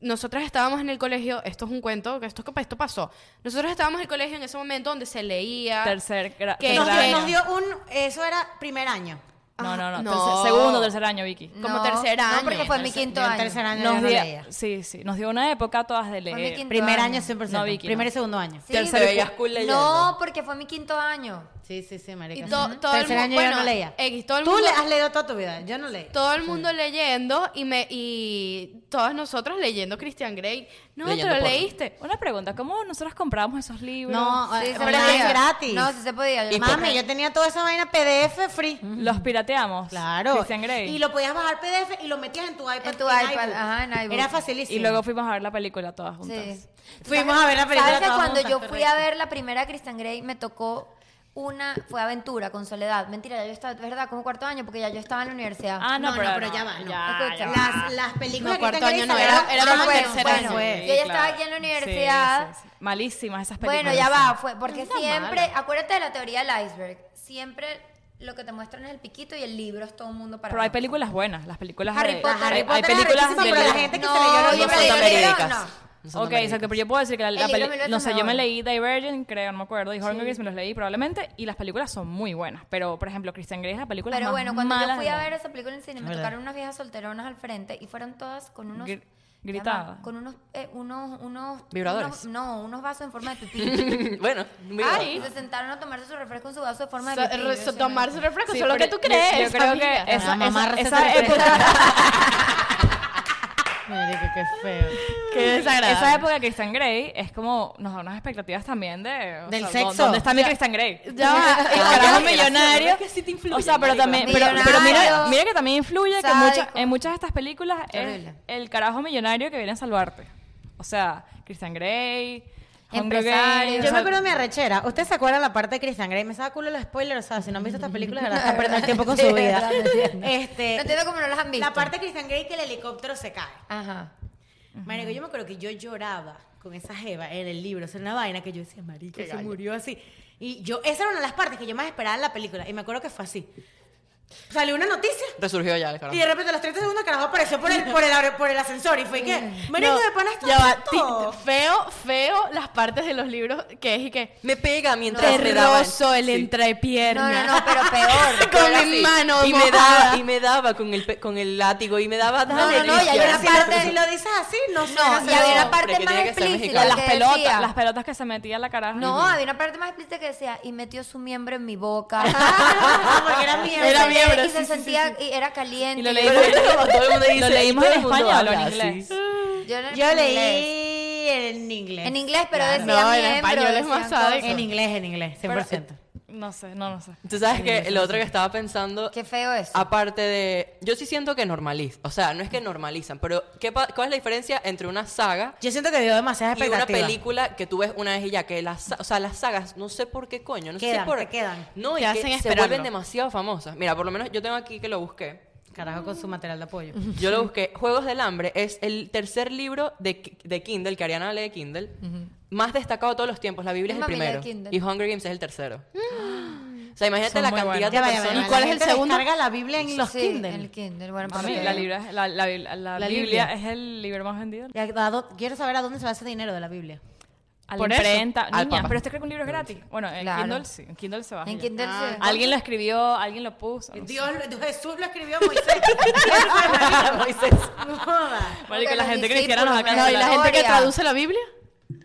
C: nosotros estábamos en el colegio, esto es un cuento, que esto, es que- esto pasó, nosotros estábamos en el colegio en ese momento donde se leía,
B: Tercer gra-
C: Que
D: Nos
B: tercer
D: dio,
B: año.
D: nos dio un... Eso era primer año.
B: No, no, no.
C: No.
B: tercer- segundo, tercer año, Vicky.
C: como
E: No,
C: tercer año.
E: No, porque fue mi
C: Tercer-
E: quinto
D: Yo en
E: año.
D: tercer año ya
B: Nos
D: no
B: dio,
D: leía.
B: sí, sí. Nos dio una época todas de
E: Fue mi
B: leer.
E: quinto
D: Primer año
E: año.
D: 100%.
B: No, Vicky,
D: primer
B: no.
D: y segundo año.
E: Sí,
F: Tercer
E: pero-
F: veías cool leyendo.
E: No, porque fue mi quinto año.
D: Sí, sí, sí,
C: Y
D: marica.
C: to-
D: sí.
C: todo el
D: Tercer
C: mu-
D: año yo
C: bueno,
D: no leía.
C: X, todo el
D: Tú
C: mundo-
D: le has leído toda tu vida. Yo no leí.
C: Todo el mundo leyendo y me y todas nosotras leyendo Christian Grey. No,
F: Leyendo
C: te lo
F: porno.
C: leíste.
B: Una pregunta, ¿cómo nosotros compramos esos libros?
D: No,
E: Sí,
D: eh,
E: se
D: pero
E: podía.
D: es gratis.
E: No, sí se podía. yo lo
D: Mami,
E: compré.
D: yo tenía toda esa vaina PDF free.
B: Los pirateamos.
D: Claro.
B: Christian Grey.
D: Y lo podías bajar PDF y lo metías en tu iPad.
E: En tu iPad, ajá, en iBook.
D: Era facilísimo.
B: Y luego fuimos a ver la película todas juntas.
E: Sí.
D: Fuimos a ver la película
E: ¿Sabes que
D: todas
E: cuando
D: juntas,
E: yo fui a
D: correcto.
E: ver la primera Christian Grey me tocó una, fue Aventura con Soledad. Mentira, ya yo estaba, ¿verdad? Como cuarto año, porque ya yo estaba en la universidad.
B: Ah, no,
D: No, no,
B: pero,
D: pero ya va, no.
B: Ya, ya va.
D: las, las películas
C: No, cuarto
D: que están
C: año no,
D: ahí
C: era-
D: salieron-
C: era
D: Ah,
C: como
D: bueno,
C: tercer
D: bueno,
C: año.
E: pues, Yo ya estaba aquí en la universidad.
B: Sí, sí, sí. Malísimas esas películas.
E: Bueno, ya va, fue, porque
D: Anda
E: siempre,
D: mala.
E: acuérdate de la teoría del iceberg, siempre lo que te muestran es el piquito y el libro es todo un mundo para
B: Pero hay
E: abajo.
B: películas buenas, las películas
E: Harry
B: de-
E: Potter,
B: hay-
E: Harry
B: hay,
E: Potter es
B: películas
D: rarísimo,
B: de
D: pero la
B: la
D: gente que
E: no,
D: se leyó los
E: yo
F: No
D: libros
E: me
F: son
E: leí
F: tan
E: el libro,
F: verídicas.
E: no.
F: No son tan
B: Ok, exacto,
F: verídicas.
B: pero yo puedo decir que la, la
E: El libro
B: peli-
E: me lo he
B: no sé, yo me
E: tomado.
B: leí Divergent, creo, no me acuerdo, y Jorge Grace me los leí probablemente, y las películas son muy buenas, pero por ejemplo, Christian Grey es la película
E: Pero
B: más
E: bueno, cuando
B: mala
E: yo fui
B: del
E: a ver
B: mundo.
E: esa película en cine, me tocaron unas viejas solteronas al frente y fueron todas con unos...
B: Gri-
E: gritadas
B: gritadas.
E: Con unos, eh, unos, unos...
F: Vibradores.
E: unos- no, unos vasos en forma de pipí.
F: bueno, mira.
E: Y se sentaron a tomarse su refresco en su vaso de forma de
C: So-
E: pipí.
C: re-
E: Yo decía,
C: tomar su
E: "Marica".
C: refresco,
B: Sí,
C: eso es lo que
B: pero
C: tú
B: yo-
C: crees.
B: Yo, creo
C: amiga.
B: que esa,
D: Ah,
B: esa,
D: mamarse
B: esa
D: ese
B: época,
D: Marico, qué feo.
C: Qué desagradable.
B: esa época de Christian Grey es como, nos da unas expectativas también de... o
D: Del
B: sea,
D: sexo.
B: ¿dó- ¿Dónde está mi Christian Grey?
C: Ya va,
B: El
C: ya
B: carajo
C: va.
B: millonario.
F: Es que sí te influye,
B: o sea, pero
F: marico.
B: también, pero,
E: Millonario.
B: pero mira, mira que también influye que
E: Sádico.
B: mucha- en muchas de estas películas es
E: Horrible.
B: el carajo millonario que viene a salvarte. O sea, Christian Grey, Hunger
E: Empresario. Yo
B: Games, o
D: Yo me
B: sea,
D: acuerdo de mi arrechera. ¿Ustedes se acuerdan la parte de Christian Grey? Me estaba culo los spoilers, o sea, si no han visto estas películas, de verdad, están perdiendo el tiempo con su vida.
E: No
D: Este,
E: entiendo cómo no las han visto.
D: la parte de Christian Grey que el helicóptero se cae.
E: Ajá.
D: Marico, yo me acuerdo que yo lloraba con esa jeva en el libro. O sea, una vaina que yo decía, marico, se murió así. Y yo, esa era una de las partes que yo más esperaba en la película. Y me acuerdo que fue así. Salió una noticia.
F: Resurgió ya el
D: Y
F: carajo.
D: de repente a los 30 segundos el carajo apareció por el, por el, abre- por el ascensor y fue que, marico,
C: No,
D: de pana está
C: ya va,
D: muerto.
C: ti- Feo, feo las partes de los libros que es y que.
F: Me pega mientras me daba.
C: Terroso el
F: Sí.
E: No,
C: entrepierna.
E: no, no, pero peor.
C: Con
F: Era
C: mi
F: así.
C: mano
F: y me
C: mojada.
F: daba y me daba con el pe- con el látigo y me daba
E: No,
F: dale,
E: no, no, ya
F: Cristian.
E: hay una
D: Pero si lo-
E: parte-
D: Si lo dices así, no sé.
E: No, y había una parte
F: Porque
E: más
F: tiene que ser
E: explícita.
F: mexicano.
B: las
E: que
B: pelotas,
E: decía-
B: las pelotas que se metía en la caraja.
E: No, había una parte más explícita que decía, y metió su miembro en mi boca.
D: Porque era
E: Y
D: mía.
E: se-
C: Era miembro,
E: Y se
C: sí, sí,
E: sentía, y era caliente.
B: Y lo
E: yo-
B: leí-
F: Pero es como todo el mundo dice,
B: Lo
F: y
B: leímos
F: todo el
B: en
F: mundo
B: español o en
F: habla así.
B: inglés.
E: Yo, era en
D: Yo
E: inglés.
D: leí en inglés.
E: En inglés, pero
D: Claro.
E: decía
C: No, en
E: miembro,
C: español es más
E: decían cosas.
C: sádico.
D: En inglés, en inglés, 100%.
B: No sé, no, no sé.
F: Tú sabes que lo otro que estaba pensando
E: Qué feo eso.
F: Aparte de. Yo sí siento que normalizan. O sea, no es que normalizan, pero ¿qué pa- ¿cuál es la diferencia entre una saga
D: Yo siento que dio demasiadas
F: y una
D: expectativas.
F: película que tú ves una vez y ya? Que las, sa- o sea, las sagas, no sé por qué coño, no sé
D: Quedan,
F: si por
D: te quedan.
F: No,
C: Te
F: y que
C: hacen
F: se
C: esperarlo.
F: vuelven demasiado famosas. Mira, por lo menos yo tengo aquí que lo busqué.
D: Carajo con su material de apoyo.
F: Yo lo busqué. Juegos del Hambre es el tercer libro de, Ki- de Kindle, que Ariana lee Kindle, más destacado de todos los tiempos. La Biblia es el
E: Mami lee
F: primero.
E: Kindle.
F: Y Hunger Games es el tercero. O sea, imagínate
B: Son
F: la
B: muy buenos.
F: cantidad de
D: Ya va, ya va,
F: personas.
D: ya va.
C: cuál
D: La
C: es el
D: gente
C: segundo?
D: Descarga la Biblia en los
E: sí,
D: Kindle.
E: el Kindle. Bueno,
B: A
E: pero
B: mí,
E: que-
B: Ah, la, libra- la, la, la- la
D: La
B: Biblia
D: Biblia.
B: es el libro más vendido.
D: Y a- a dó- Quiero saber a dónde se va ese dinero de la Biblia.
B: A
C: Por
B: la
C: eso,
B: imprenta.
F: al
B: Niña,
F: Papa.
B: pero este creo que un libro es gratis. Bueno, en
E: Claro.
B: Kindle sí, en Kindle se baja.
E: En
B: ya.
E: Kindle se-
B: Alguien lo escribió, alguien lo puso. no sé.
D: Dios, Jesús lo escribió a Moisés. No joda.
B: Marico,
E: Porque
B: la
E: los
B: gente cristiana nos va a
E: discípulos,
C: No, y la gente que
E: Gloria.
C: traduce la Biblia.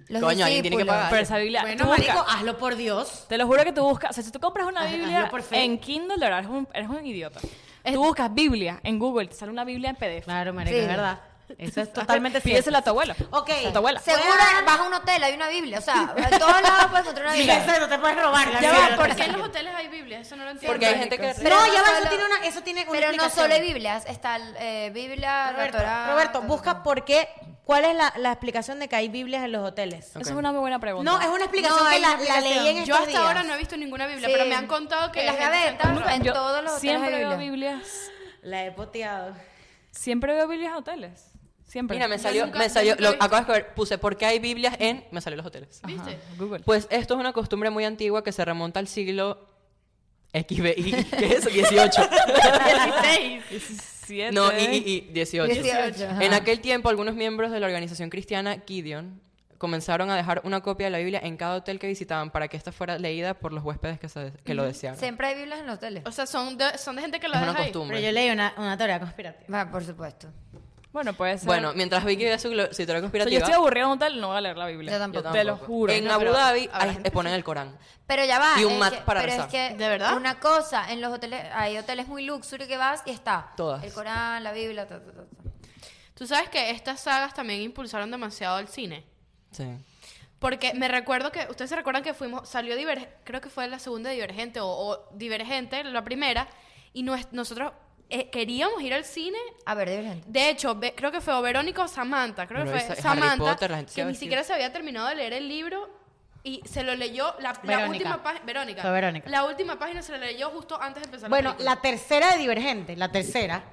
E: Los
F: Coño, alguien tiene que
E: discípulos.
F: pagar.
B: Pero esa Biblia.
D: Bueno,
B: tú buscas-
D: marico, hazlo por Dios.
B: te lo juro que tú buscas. O sea, si tú compras una
D: Haz-
B: Biblia
D: hazlo por fe.
B: en Kindle, de verdad, eres un, eres un idiota. Tú buscas Biblia en Google, te sale una Biblia en PDF.
D: Claro, marico,
E: Sí.
D: es verdad. Eso es totalmente cierto.
B: Pídesela a tu abuelo.
D: Ok.
B: A tu abuela.
D: Se-
E: Seguro,
D: Puedan-
E: vas a un hotel, hay una Biblia. O sea, en todos lados puedes encontrar una
D: Sí,
E: Biblia.
D: eso no te puedes robar. la
C: Ya
D: Biblia,
C: va,
D: no
C: ¿por
D: te
C: qué en
D: sirve.
C: los hoteles hay Biblia? Eso no lo entiendo.
F: Porque hay gente que.
E: Pero
D: No, ya
E: no
D: va, eso
E: solo-
D: tiene una, eso tiene una
E: Pero no
D: explicación.
E: solo hay Biblias, está el, eh, Biblia, la
D: Roberto,
E: Torá,
D: Roberto,
E: tal,
D: busca
E: tal.
D: por qué ¿Cuál es la, la explicación de que hay Biblias en los hoteles?
B: Eso es una muy buena pregunta.
D: No, es una explicación
E: No,
D: que
E: hay
D: la,
E: una
D: la leí en
E: explicación.
D: estos
C: Yo hasta
D: días.
C: ahora no he visto ninguna Biblia,
E: Sí.
C: pero me han contado que.
E: En las
C: gente se
E: gavetas,
C: encuentra-
E: en todos los hoteles
B: siempre
E: hay
B: veo
E: Biblia.
B: Biblias.
D: La he poteado.
B: Siempre veo Biblias en hoteles. Siempre.
F: Mira, me
C: Yo
F: salió,
C: nunca-
F: me
C: yo
F: salió,
C: nunca
F: lo
C: he visto.
F: acabas de ver, puse, ¿por qué hay Biblias en? Me salió los hoteles.
B: Ajá,
C: ¿Viste?
B: Google.
F: Pues esto es una costumbre muy antigua que se remonta al siglo XVI. ¿Qué es eso? 18.
B: 17.
F: No, y, y, y 18.
E: 18, ajá.
F: En aquel tiempo, algunos miembros de la organización cristiana Gideon comenzaron a dejar una copia de la Biblia en cada hotel que visitaban para que esta fuera leída por los huéspedes que, se- que lo deseaban.
E: Siempre hay Biblias en los hoteles.
C: O sea, son de, son de gente que lo
F: es
C: deja
F: una
C: ahí.
F: costumbre.
D: Pero yo leí una, una teoría conspirativa.
E: Va, por supuesto.
B: Bueno, puede ser.
F: Bueno, mientras Vicky ve su glo- su teoría
B: O sea,
F: conspirativa...
B: yo estoy aburrida en un hotel, no voy a leer la Biblia.
E: Yo tampoco.
F: yo
B: Te lo
F: tampoco.
B: juro.
F: En
B: No,
F: Abu
B: pero-
F: Dhabi
C: habrá
F: ahí
C: gente
F: ponen el Corán.
E: Pero ya va.
F: Y un
E: es
F: mat
E: que-
F: para
E: pero es
F: rezar.
E: que
C: ¿De verdad?
E: Una cosa, en los hoteles, hay hoteles muy luxury que vas y está.
F: Todas.
E: El Corán, la Biblia, ta, ta, ta, ta.
C: Tú sabes que estas sagas también impulsaron demasiado el cine.
F: Sí.
C: Porque me recuerdo que, ustedes se recuerdan que fuimos, salió Divergente, creo que fue la segunda Divergente o, o Divergente, la primera, y nos- nosotros eh, queríamos ir al cine.
E: A ver, divergente.
C: De hecho, ve- creo que fue o Verónica o Samantha, creo
F: Pero
C: que
F: esa-
C: fue
F: Harry
C: Samantha,
F: Potter, la gente se
C: que
F: va
C: ni
F: vestida.
C: siquiera se había terminado de leer el libro y se lo leyó la, la
D: Verónica.
C: última página. Verónica.
D: Fue Verónica.
C: La última página se la leyó justo antes de empezar
D: Bueno,
C: película.
D: la tercera de Divergente, la tercera.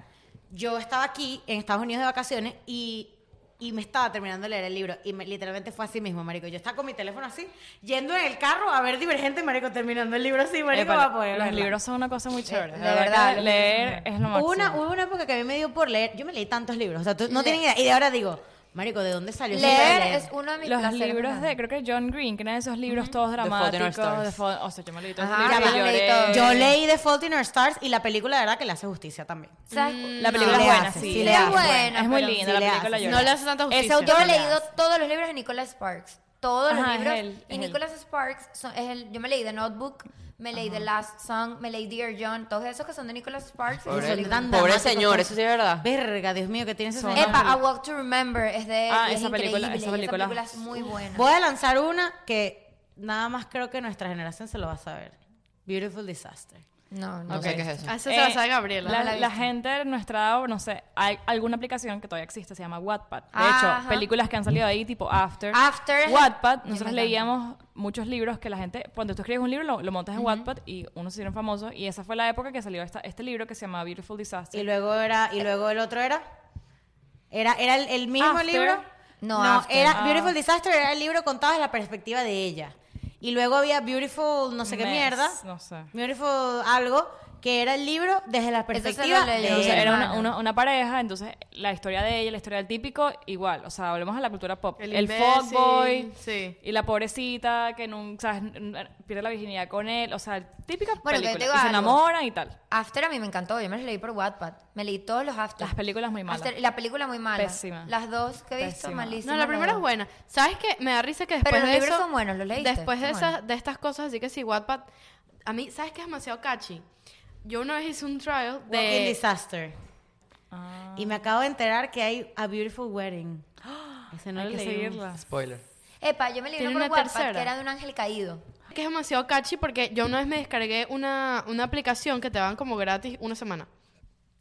D: Yo estaba aquí en Estados Unidos de vacaciones y, y me estaba terminando de leer el libro. Y me- literalmente fue así mismo, marico. Yo estaba con mi teléfono así, yendo en el carro a ver Divergente, marico, terminando el libro así, marico,
B: Epa,
D: va a poder
B: los
D: verla.
B: libros son una cosa muy chévere.
E: de
B: la verdad,
E: verdad,
B: que
E: los libros
B: leer
E: son
B: es lo máximo.
D: Hubo una, hubo una época que a mí me dio por leer. Yo me leí tantos libros, o sea, tú no tienen idea. Y de ahora digo, marico, ¿de dónde salió ese
E: Leer
D: libro?
E: es uno de mis
B: los
E: placeres
B: libros de,
E: personales.
B: creo que John Green, que eran esos libros todos
F: The Fault in Our
B: dramáticos.
F: Stars.
B: The Fault- o sea, Ah, yo me leí todos
E: Ajá,
B: los
E: ya
B: libros.
E: me los leí
B: lloré.
E: todos.
D: Yo leí The Fault in Our Stars y la película, la verdad, que le hace justicia también.
E: ¿Sabes?
B: La película
D: No,
B: es
D: le
B: buena,
D: hace,
B: sí.
D: sí le
B: es
D: hace.
B: buena, Es muy
E: Bueno,
B: linda
D: sí
B: la
D: le
B: película.
D: hace.
B: lloré.
C: No le hace tanta
E: Ese
C: justicia.
E: autor he
D: le
E: leído
D: hace.
E: todos los libros de Nicholas Sparks. Todos los
B: Ajá, es
E: libros.
B: él,
E: y
B: es
E: Nicholas Sparks, son- es el, yo me leí The Notebook, me leí The Last Song, me leí Dear John, todos esos que son de Nicholas Sparks. y
F: Pobre,
E: son libros.
D: tan
F: pobre
D: dramáticos,
F: señor,
D: tan-
F: eso sí es verdad.
D: Verga, Dios mío, que tiene ese
B: Son-
D: señor.
E: Epa, A Walk to Remember es de él.
B: Ah,
E: y es
B: esa película-
E: increíble,
B: esa
E: y
B: película-
E: es muy buena.
D: Voy a lanzar una que nada más creo que nuestra generación se lo va a saber. Beautiful Disaster.
E: No, no.
F: No sé qué es eso.
C: Ah, esa se la
B: Eh,
C: sabe Gabriela.
B: La,
E: No la he
B: la
E: visto.
B: gente de nuestra edad, no sé, hay alguna aplicación que todavía existe, se llama Wattpad. De
E: Ajá.
B: hecho, películas que han salido ahí, tipo After.
E: After.
B: Wattpad,
E: Me
B: nosotros
E: encanta.
B: leíamos muchos libros que la gente, cuando tú escribes un libro, lo, lo montas en Wattpad y unos se hicieron famosos. Y esa fue la época que salió esta- este libro que se llama Beautiful Disaster.
D: Y luego era, y luego el otro era. Era, era el, el mismo
B: After.
D: libro.
E: No, After.
D: era
B: Ah.
D: Beautiful Disaster, era el libro contado desde la perspectiva de ella. Y luego había Beautiful no sé qué
B: Mess,
D: mierda.
B: No sé.
D: Beautiful algo, que era el libro desde la perspectiva
E: leí
D: de
E: yo.
B: O sea,
D: ella.
B: era una,
E: hermano.
B: una- una pareja, entonces la historia de ella, la historia del típico, igual. O sea, volvemos a la cultura pop.
C: El
B: El,
C: imbécil,
B: fuckboy
C: sí.
B: y la pobrecita que nunca, ¿sabes? pierde la virginidad con él. O sea, típica
E: Bueno, que yo te
B: película.
E: digo
B: Y se
E: algo.
B: enamoran y tal.
E: After a mí me encantó, yo me los leí por Wattpad. Me leí todos los After.
B: Las películas muy malas.
E: After- la película muy mala.
B: Pésima.
E: Las dos que he visto,
B: Pésima.
E: malísimas.
C: No, la
E: las
C: primera es
E: dos.
C: buena. ¿Sabes qué? Me da risa que después
E: Pero los
C: de
E: libros
C: eso-
E: son buenos, ¿los leíste?
C: Después de,
E: Son
C: esas-
E: buenos.
C: de estas cosas, así que sí, Wattpad. A mí, ¿sabes qué es demasiado catchy? Yo una vez hice un trial
D: Walking
C: de...
D: Disaster.
B: Ah.
D: Y me acabo de enterar que hay A Beautiful Wedding. Ese no
B: Hay
D: lo
B: que
D: leí.
B: seguirlas.
F: Spoiler.
E: Epa, yo me leí
C: Tiene
E: uno por
C: una
E: Wattpad
C: tercera.
E: que era de un ángel caído.
C: Que es demasiado catchy porque yo una vez me descargué una, una aplicación que te dan como gratis una semana.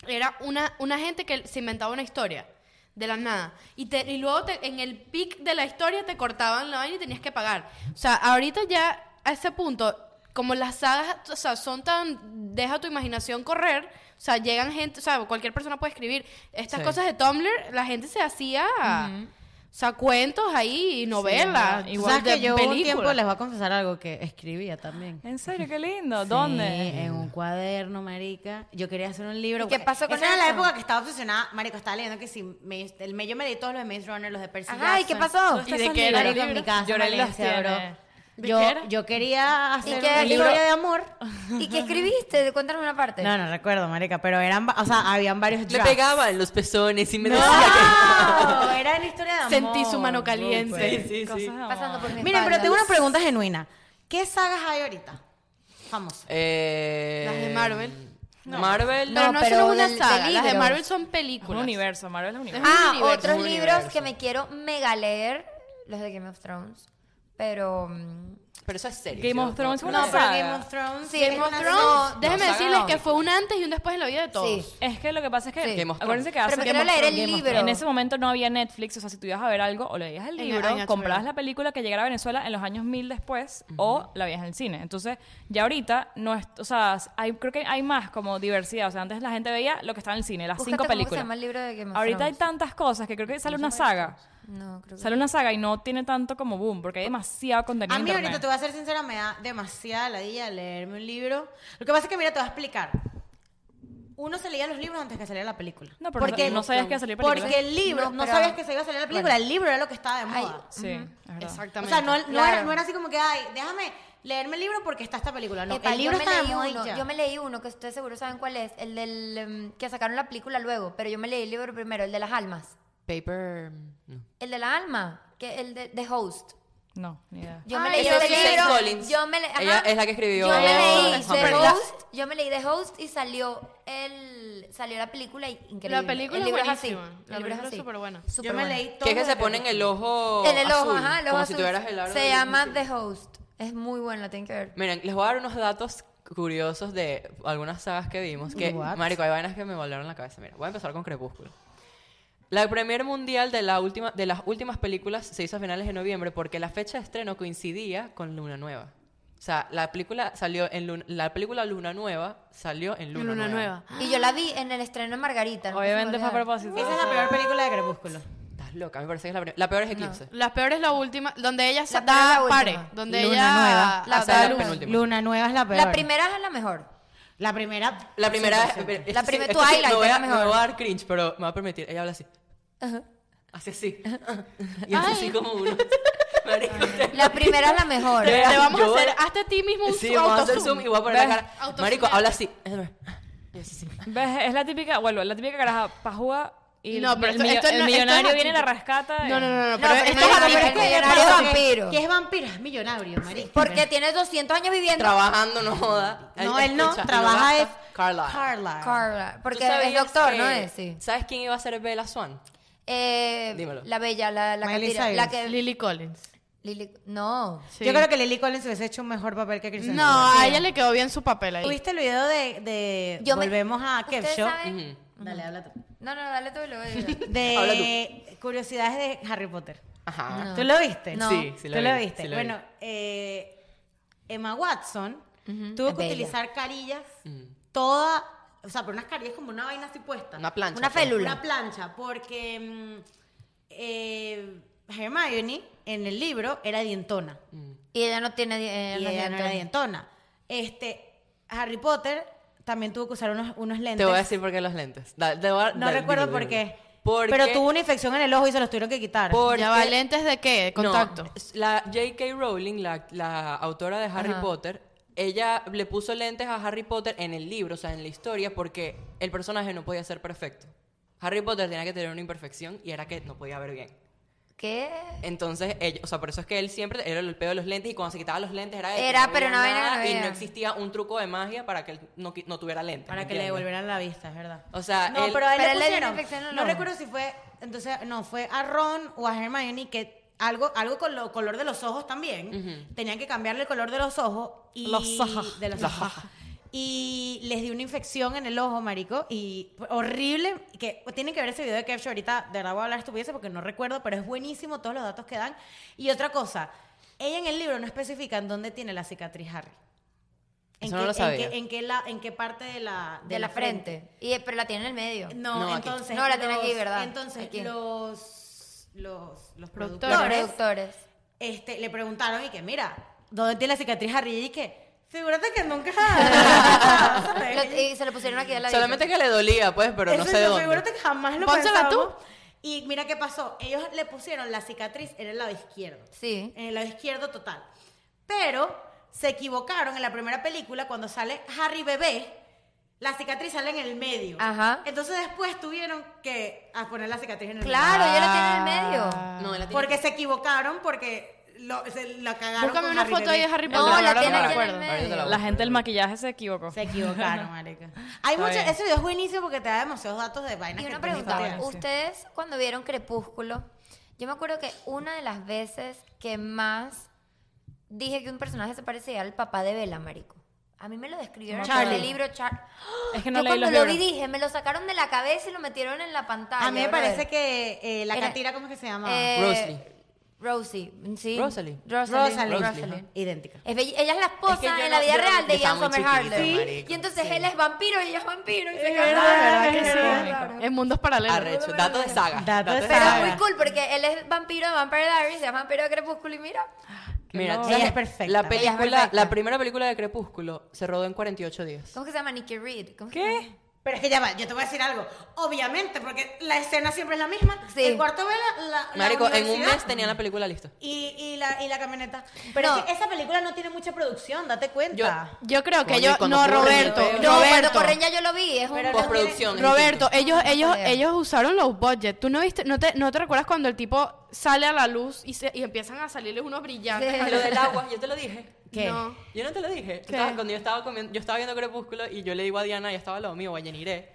C: Era una, una gente que se inventaba una historia de la nada. Y, te, y luego te- en el pic de la historia te cortaban la vaina y tenías que pagar. O sea, ahorita ya a ese punto, como las sagas o sea, son tan... Deja tu imaginación correr. O sea, llegan gente, o sea, cualquier persona puede escribir. Estas
F: Sí.
C: cosas de Tumblr, la gente se hacía... O sea, cuentos ahí, y
B: ajá.
C: novelas,
D: Tú
B: Igual
C: igual
D: sabes
C: de
D: que yo hubo un tiempo
C: películas.
D: les voy a confesar algo que escribía también.
B: ¿En serio? Qué lindo.
D: Sí,
B: ¿Dónde?
D: En un cuaderno, marica. Yo quería hacer un libro.
E: ¿Y qué pasó con
D: Esa era la
E: eso?
D: época que estaba obsesionada, marico, estaba leyendo que si me, el me- yo me leí todos los de Maze Runner, los de Percy
E: Ajá, ¿y qué
D: Jackson.
E: pasó?
B: ¿Dónde
D: ¿Y de
B: esos
D: qué era?
B: libros?
D: Marico, en mi casa,
B: Lloré y los
D: Valencia,
B: tiene.
D: bro.
C: ¿De
D: Yo,
C: qué era?
D: yo quería hacer
E: qué
D: una
E: libro?
D: historia de amor.
E: ¿Y qué escribiste? Cuéntanos una parte.
D: No, no recuerdo, marica, pero eran, va- o sea, habían varios
F: Le
D: drafts.
F: pegaba en los pezones y me decía
D: No, era una historia de amor.
C: Sentí su mano caliente.
F: que... Sí, sí, sí.
B: Cosas de
E: Pasando
B: amor.
E: por mi
D: Miren, pero
E: espalda.
D: tengo una pregunta genuina. ¿Qué sagas hay ahorita? Famosas.
F: Eh,
C: Las de Marvel.
F: Marvel.
C: Pero no,
E: No,
C: eso
E: pero
C: no es una
E: del- de
C: saga. Las de
E: libros.
C: Marvel son
B: Es un
C: películas.
B: universo, Marvel es un universo.
C: un
E: Ah,
C: universo,
E: otros
F: un
E: libros
F: universo.
E: que me quiero mega leer, los de Game of Thrones. Pero. mm,
F: Pero eso es serio.
B: Game of Thrones fue una
D: pero
B: saga.
D: Game of Thrones.
E: Sí,
D: tiene
C: Game of
D: una-
C: Thrones,
E: no,
C: déjeme
F: no,
C: decirles
F: saga
C: que
F: no.
C: fue un antes y un después en la vida de todos.
E: Sí.
B: Es que lo que pasa es que,
E: Sí.
F: Game of Thrones.
B: acuérdense que
E: Pero
B: hace
E: prefiero
B: Game of
E: leer el
B: Thrones, Game of
E: libro.
B: Thrones. En ese momento no había Netflix, o sea, si tú ibas a ver algo, o leías el
C: En-
B: libro,
C: en HBO.
B: comprabas la película que llegara a Venezuela en los años 1000 después, o la veías en el cine. Entonces, ya ahorita, no es, o sea, hay, creo que hay más como diversidad. O sea, antes la gente veía lo que estaba en el cine, las
E: Búscate
B: cinco
E: cómo se
B: películas.
E: llama el libro de Game of
B: ahorita hay
E: Thrones.
B: tantas cosas que creo que sale una saga.
E: No, creo que.
B: Sale una saga y no tiene tanto como boom, porque hay demasiado contenido
D: A mí
B: en
D: ahorita, te
B: internet.
D: voy a ser sincera, me da demasiada ladilla leerme un libro. Lo que pasa es que, mira, te voy a explicar. Uno se leía los libros antes que saliera la película.
B: No, pero
D: porque
B: no, no sabías que iba a salir película.
D: Porque el libro, no,
E: No, pero-
D: sabías que se iba a salir la película, el libro era lo que estaba de
E: Ay,
D: moda.
B: Sí, es verdad.
D: o
C: Exactamente.
D: sea, no, no era,
E: Claro.
D: no era así como que, ay, déjame leerme el libro porque está esta película. No,
E: Epa,
D: el libro
E: yo me
D: está de
E: leí
D: moda y
E: uno,
D: ya.
E: Yo me leí uno que ustedes seguro saben cuál es, el del em, que sacaron la película luego, pero yo me leí el libro primero, el de las almas.
F: Paper. No.
E: El de la alma, que el de The Host.
B: No, ni idea.
E: Yo
C: Ah,
E: me leí
C: ese
E: ese
C: sí, Seth
E: libro.
F: Collins.
E: Yo me le- ajá.
F: Ella es la que escribió
E: Yo me leí
F: Hombres.
E: The
C: Hombres.
E: Host, yo me leí The Host y salió el salió la película y increíble.
C: La película
E: el libro
C: es
E: es así. El
C: buenísima. La
E: libro es
C: película es
E: así.
C: superbuena.
D: Yo
E: Superbuena.
D: me leí todo.
F: Que es que se ponen el ojo.
E: El del ojo,
F: azul,
E: ajá, el ojo
F: como si
E: azul.
F: tuvieras el aro
E: Se
F: del-
E: llama The Host. Es muy bueno, la tienen que ver.
F: Miren, les voy a dar unos datos curiosos de algunas sagas que vimos. Que, Marico, hay vainas que me volaron la cabeza. Mira, voy a empezar con Crepúsculo. La premier mundial de, la última, de las últimas películas se hizo a finales de noviembre porque la fecha de estreno coincidía con Luna Nueva. O sea, la película salió en Luna, la película Luna Nueva salió en Luna,
C: Luna
F: Nueva.
C: Nueva.
E: Y yo la vi en el estreno de Margarita. no sé si me
B: Obviamente fue a
E: olvidaron.
B: propósito.
D: Esa es la peor película de Crepúsculo.
F: Estás loca, me parece que es la primera. La peor es Eclipse.
C: Las peores la última, donde ella se
E: La peor es la
C: da
E: última.
C: pare, donde
D: Luna
C: ella
D: nueva.
F: Ah, La
C: da
F: peor.
C: luz.
F: penúltima.
D: Luna Nueva es la peor.
E: La primera es la mejor.
D: La primera.
F: La primera es.
E: La
F: esto sí-
E: primer-
F: esto sí,
E: Twilight
F: me voy
E: era
F: a- me
E: mejor.
F: voy a dar cringe, pero me va a permitir. Ella habla así. Hace así. Y hace así como uno. Marico, te-
E: La primera es la mejor.
F: Te-
C: Te vamos
F: Yo-
C: a hacer hasta ti mismo un
F: Sí,
C: autozoom.
F: vamos a hacer zoom y voy a poner la
C: ¿Ves?
F: cara.
C: Autozoom.
F: Marico, habla así. Y hace así.
B: ¿Ves? Es la típica, bueno, la típica caraja pajúa y
C: No, pero
B: el,
C: esto-
B: millo-
C: esto
B: el
C: no- esto
B: millonario
C: es
B: viene y la
C: atípico.
B: rescata. y-
C: No, no, no, no,
E: No,
C: pero
E: pero
C: esto
E: no,
C: es
E: pero
C: atípico.
E: es que- Millonario vampiro.
D: Que es vampiro, es millonario, marico.
E: Porque tiene 200 años viviendo.
F: Trabajando, no joda.
D: No, él no,
F: escucha,
D: trabaja es
F: basta. Carlisle.
D: Carlisle.
E: Carla,
F: ¿Tú
E: Porque
F: sabías
E: es doctor,
F: que-
E: ¿no es? Sí.
F: ¿Sabes quién iba a ser Bella Swan?
E: Eh,
F: Dímelo.
E: La bella, la, la que
D: Miley
E: tira- la que-
C: Lily Collins.
E: Lili- no.
C: Sí.
D: Yo creo que Lily Collins hubiese hecho un mejor papel que Kristen
C: No, a ella le quedó bien su papel ahí.
D: ¿Tuviste el video de, de
E: Yo me-
D: volvemos a Kev
E: ¿Ustedes
D: Show?
E: saben?
F: Ujú.
D: Dale, habla tú.
E: No, no, dale tú y luego digo.
F: Habla
D: De curiosidades de Harry Potter.
F: Ajá.
E: No.
D: ¿Tú lo viste?
E: Ah. No.
F: Sí, sí lo
D: ¿Tú lo
F: vi,
D: viste?
F: sí lo vi.
D: bueno, eh, Emma Watson tuvo
E: Es
D: que
E: bella.
D: utilizar carillas toda, o sea, pero unas carillas como una vaina así puesta.
F: Una plancha.
E: Una
F: pues.
E: felu- Lula.
D: Una plancha, porque mm, eh, Hermione en el libro era dientona.
E: Y ella no tiene. di- eh,
D: y
E: no
D: ella no era
E: tiene-
D: dientona. Este, Harry Potter también tuvo que usar unos, unos lentes.
F: Te voy a decir por qué los lentes. Da- te voy a-
D: no
F: dale,
D: recuerdo
F: dímelo,
D: por
F: dímelo.
D: qué.
F: Porque-
D: Pero tuvo una infección en el ojo y se los tuvieron que quitar.
F: porque-
C: ¿Ya va lentes de qué? ¿De contacto?
F: No, la J.K. Rowling, la, la autora de Harry
E: Ajá.
F: Potter, ella le puso lentes a Harry Potter en el libro, o sea, en la historia, porque el personaje no podía ser perfecto. Harry Potter tenía que tener una imperfección y era que no podía ver bien.
E: ¿Qué?
F: Entonces, ella- o sea, por eso es que él siempre era el pedo de los lentes y cuando se quitaba los lentes era de que
E: Era,
F: no
E: pero
F: veía
E: no veía,
F: nada
E: no
F: y
E: veía.
F: no existía un truco de magia para que él no, qui- no tuviera lentes.
D: para
F: ¿me
D: que le
F: entiendes?
D: devolvieran la vista, es verdad.
F: O sea,
D: no,
F: él-
D: pero a él
E: Pero
D: le
E: él le dio una
D: pusieron.
E: infección en el
D: no
E: ojo.
D: recuerdo si fue, entonces, no, fue a Ron o a Hermione que algo, algo con el color de los ojos también. Tenían que cambiarle el color de los ojos y
B: Los ojos.
D: de los ojos. Y les dio una infección en el ojo, marico, y fue horrible. Que tienen que ver ese video de Kev Show ahorita. De verdad voy a hablar estupideces porque no recuerdo, pero es buenísimo todos los datos que dan. Y otra cosa, ella en el libro no especifica en dónde tiene la cicatriz Harry.
F: Eso no lo
D: qué,
F: sabía.
D: En qué, en qué la, en qué parte de la,
E: De la frente. Y, pero la tiene en el medio.
D: No,
F: No, aquí.
D: entonces.
E: No, la tiene aquí,
D: los-
E: ¿verdad?
D: Entonces,
E: Aquí.
D: los. Los, los
E: Los
D: productores
E: productores.
D: este, le preguntaron y que, mira, ¿dónde tiene la cicatriz Harry? Y que, figúrate que nunca. ¿sabes?
E: Lo- y se lo pusieron aquí a la
F: Solamente que le dolía, pues, pero no
D: Eso
F: sé
D: yo,
F: dónde.
D: Figúrate que jamás lo
C: Pónsela tú.
D: pensamos. Y mira qué pasó. Ellos le pusieron la cicatriz en el lado izquierdo.
E: Sí.
D: En el lado izquierdo total. Pero se equivocaron en la primera película cuando sale Harry bebé. La cicatriz sale en el medio.
E: Ajá.
D: Entonces después tuvieron que a poner la cicatriz en el medio.
E: Claro, ella la tiene en el medio.
F: No, él la tiene-
D: Porque se equivocaron porque lo, se la cagaron.
C: Búscame
D: con
C: una
D: Harry
C: foto ahí
D: bebé.
C: de Harry
E: No,
C: Potter.
E: la
C: ahora
E: tiene
C: me
E: aquí en el
C: acuerdo.
E: medio.
F: Ahorita la
B: La gente del maquillaje se equivocó.
D: Se equivocaron, marica. Hay mucho,
B: bien.
D: ese video es buenísimo porque te da demasiados datos de vainas.
E: Y
D: que
E: una
D: tú ni
E: pregunta,
D: sabías.
B: sí.
E: ustedes cuando vieron Crepúsculo, yo me acuerdo que una de las veces que más dije que un personaje se parecía al papá de Vela, marico. A mí me lo describieron
B: No me
E: en el
B: acuerdo.
E: libro Charlie.
B: Es que no
E: Yo
B: leí
E: cuando
B: los
E: lo vi
B: libros.
E: dije, me lo sacaron de la cabeza y lo metieron en la pantalla.
D: A mí me
E: brother.
D: parece que eh, la
E: Era-
D: catira, ¿cómo es que se llama?
E: Eh,
F: Rosalie.
E: Rosie, sí.
F: Rosalie.
E: Rosalie.
D: Rosalie.
E: Rosalie.
D: Idéntica.
E: Es bella- ella es la esposa
F: Es que yo
E: en
F: no-
E: la vida
F: yo no-
E: real
F: yo
E: de
F: estaba
E: Ian
F: muy
E: Somerhalder.
F: chiquita, marico,
E: y entonces
F: sí.
E: él es vampiro y ella es vampiro y se
C: Es verdad,
E: casaron.
C: es verdad que
E: Es
C: sí.
E: raro.
C: En mundos paralelos.
F: Arrecho. Dato de saga.
D: Dato de
E: Pero es
D: saga.
E: muy cool porque él es vampiro de Vampire Diaries, es vampiro de Crepúsculo y mira.
F: Mira,
B: Qué
F: tú
B: loco.
D: Ella es
F: sabes,
D: perfecta.
F: La,
D: Ella es
F: película,
D: perfecta.
F: la primera película de Crepúsculo se rodó en 48 días.
E: ¿Cómo que se llama Nicky Reed? ¿Cómo que se llama?
B: ¿Qué?
D: Pero es que ya va, yo te voy a decir algo. Obviamente, porque la escena siempre es la misma.
E: Sí.
D: El cuarto vela, la, la
F: Marico, en un
D: universidad
F: mes tenían la película lista.
D: Y, y, la, y la camioneta. Pero
E: No.
D: es que esa película no tiene mucha producción, date cuenta.
F: Yo-
C: Yo creo que
F: Coño,
C: yo
F: y cuando
C: no
F: ocurre,
C: Roberto,
F: yo veo.
E: No, cuando
C: Roberto.
E: corren ya yo lo vi, es un
D: Pero no
F: Postproducción. es
C: Roberto,
F: distinto.
C: ellos,
E: No,
C: ellos,
E: creo.
C: ellos usaron low budget. ¿Tú no viste, no te, no te recuerdas cuando el tipo sale a la luz y, se, y empiezan a salirles unos brillantes?
E: Sí.
C: a
F: Lo
C: los-
F: del agua, yo te lo dije.
D: ¿Qué?
C: No.
F: Yo no te lo dije. Estaba- cuando yo estaba comiendo, yo estaba viendo Crepúsculo y yo le digo a Diana, ya estaba al lado mío, Guayaniré.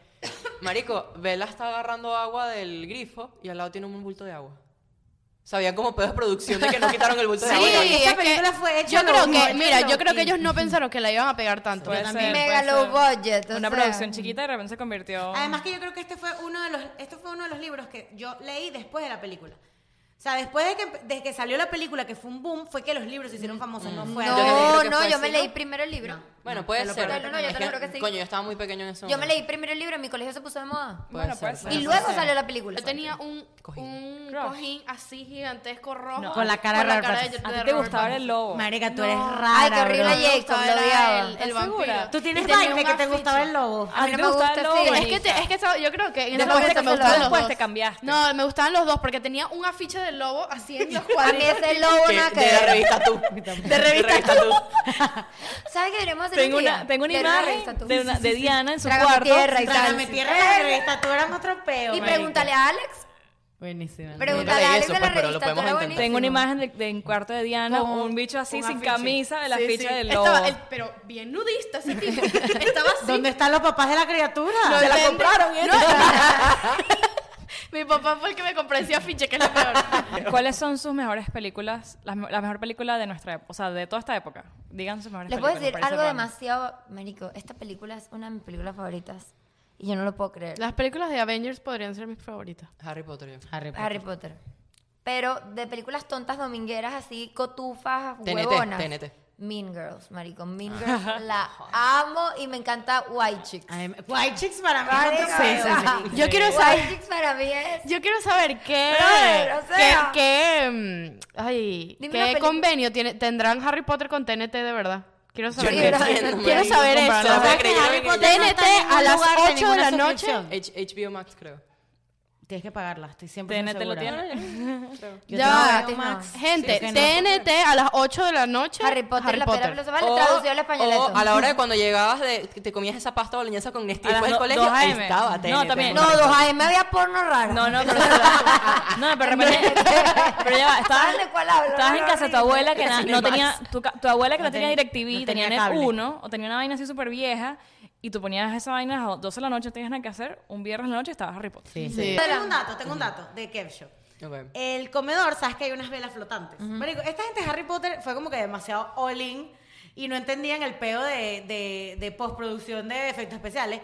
F: Marico, Vela está agarrando agua del grifo y al lado tiene un bulto de agua. Sabían como pedos de producción de que no quitaron el bulto de
C: Sí,
F: agua. y ahí-
C: es
D: esa
C: que-
D: película fue hecha
C: Yo creo
D: low
C: que,
D: budget,
C: mira, yo
D: low
C: creo que
D: key.
C: ellos no pensaron que la iban a pegar tanto.
B: Puede ser,
E: mega
B: puede
E: low
B: ser.
E: budget. o
B: Una
E: sea.
B: producción chiquita y de repente se convirtió.
D: Además que yo creo que este fue uno de los, esto fue uno de los libros que yo leí después de la película. O sea, después de que, de que salió la película, que fue un boom, fue que los libros se hicieron famosos. No, fue antes.
F: creo
E: Mm, No,
F: que
E: no,
F: fue
E: yo
F: así,
E: me
F: ¿no?
E: leí primero el libro.
F: Bueno, puede
D: lo
F: ser.
E: prometo. No, no, yo te lo
F: Es
E: juro que sí.
F: Coño, yo estaba muy pequeño en eso.
E: Yo me leí primero el libro, en mi colegio se puso de moda.
B: Bueno, puede ser.
E: Y luego salió la película.
C: Yo tenía un
F: Cojín.
C: un
B: Crush.
C: cojín así gigantesco rojo.
B: No.
D: Con la cara
C: con
D: de Robert
C: de-
B: ¿A
C: de
B: ti te
C: Robert
B: gustaba el
C: Pattinson.
B: lobo?
D: Marica, tú eres
C: No.
D: rara.
E: Ay, qué horrible
D: bro.
C: Me
E: Jacob,
C: gustaba,
E: lo
C: era
E: odiaba.
C: el- El
B: ¿Estás segura?
C: vampiro.
D: Tú tienes
C: Y tenía
D: vaina
C: un
D: que te gustaba
C: afiche.
D: el lobo.
B: A mí
E: no
B: no
E: me
B: me gustaba el
E: gusta
B: lobo.
E: ese.
C: Es que, te- es que estaba- yo creo que en ese
B: Después
C: momento
B: te-
C: me gustaban los
B: después
C: dos.
B: te cambiaste.
C: No, me gustaban los dos porque tenía un afiche del lobo así en los
E: A mí
C: cuadritos.
E: ese lobo
F: Que-
E: nada que
F: de la
E: ver.
F: revista tú. De revista tú.
E: ¿Sabes qué deberíamos hacer
B: Tengo
E: un día?
B: una, tengo una
E: De
B: imagen
E: revista, tú.
B: de, una- de Diana en su
E: Trágame
B: cuarto.
E: tierra y tal.
D: Trágame tierra de la revista, tú eras otro peo.
E: Y
D: marica.
E: pregúntale a Alex.
D: Buenísimo.
E: Pregúntale
F: leí
E: a Alex
F: eso,
E: de la
F: pues, pero lo
E: revista.
F: podemos
E: tú eres
F: intentar.
E: buenísimo.
B: Tengo una imagen de, de en cuarto de Diana,
C: Con-
B: un bicho así
C: con
B: sin
C: afiche.
B: camisa de la
C: Sí,
B: ficha
C: sí.
B: del lobo.
C: Estaba el- pero bien nudista ese tipo. Estaba así.
D: ¿Dónde están los papás de la criatura?
C: No,
F: la
C: depende.
F: compraron, ¿eh?
C: Mi papá fue el que me compró ese afiche, que es lo peor.
B: ¿Cuáles son sus mejores películas? La, la mejor película de nuestra época, o sea, de toda esta época. Digan sus mejores
E: Les puedo decir
B: películas. para ir
E: algo
B: cerrando.
E: demasiado. Marico, esta película es una de mis películas favoritas. Y yo no lo puedo creer.
C: Las películas de Avengers podrían ser mis favoritas.
F: Harry Potter. yo.
D: pues.
E: Harry Potter. Pero de películas tontas domingueras así, cotufas,
F: TNT,
E: huevonas.
F: TNT.
E: Mean Girls, marico. Mean Girls la amo y me encanta White Chicks.
D: Ay, White Chicks para mí.
E: Vale,
D: es otro
E: vale,
D: peo.
E: vale.
C: Yo quiero
E: White
C: saber,
E: Chicks para mí es...
C: yo quiero saber qué,
E: Brother, o sea.
C: qué, qué, mm, ay,
E: Dime una
C: qué
E: película.
C: convenio tiene, tendrán Harry Potter con TNT de verdad. Quiero saber,
E: Sí,
C: qué-
E: brother,
F: entiendo,
C: quiero
F: marico,
C: saber
F: comparado.
C: eso.
F: O sea, que yo
D: Harry
F: no-
D: Potter no
C: TNT
D: está en ningún
C: a las
D: lugar de
C: 8 de la
D: ninguna
C: noche.
D: suscripción.
F: H- HBO Max, creo.
D: Tienes que pagarla, estoy siempre
B: TNT lo
D: segura.
B: tiene.
D: Yo
C: Ya,
E: gratis,
D: tengo HBO Max.
C: Gente,
F: Sí, sí, no.
C: TNT a las 8 de la noche.
E: Harry Potter, la piedra filosofal,
F: O-
E: traducido al español.
F: o
E: eso.
F: a la hora de cuando llegabas, de, te comías esa pasta boloñesa con Nestlé
B: A las
F: después del
B: do-
F: colegio,
B: 2 AM.
F: estaba
B: No,
F: TNT.
B: también.
E: No, dos AM había porno raro.
B: No, no, pero. no, pero de repente- Pero ya va, estabas,
E: ¿Sabes de cuál hablo?
B: estabas en
E: No,
B: casa de tu
E: horrible.
B: abuela que na- no tenía. Tu, ca- tu abuela que no,
D: No
B: tenía
D: tenía-
B: DirecTV,
D: no
B: tenía
D: tenía
B: Net
D: cable.
B: 1 o tenía una vaina así súper vieja y tú ponías esa vaina a las 12 de la noche, no tenías nada que hacer, un viernes en la noche estabas Harry Potter.
C: Sí.
D: Tengo un dato, tengo un dato de Kev Show.
F: Ok.
D: El comedor, sabes que hay unas velas flotantes. Marico, esta gente de Harry Potter fue como que demasiado all in y no entendían el peo de, de- de postproducción de efectos especiales.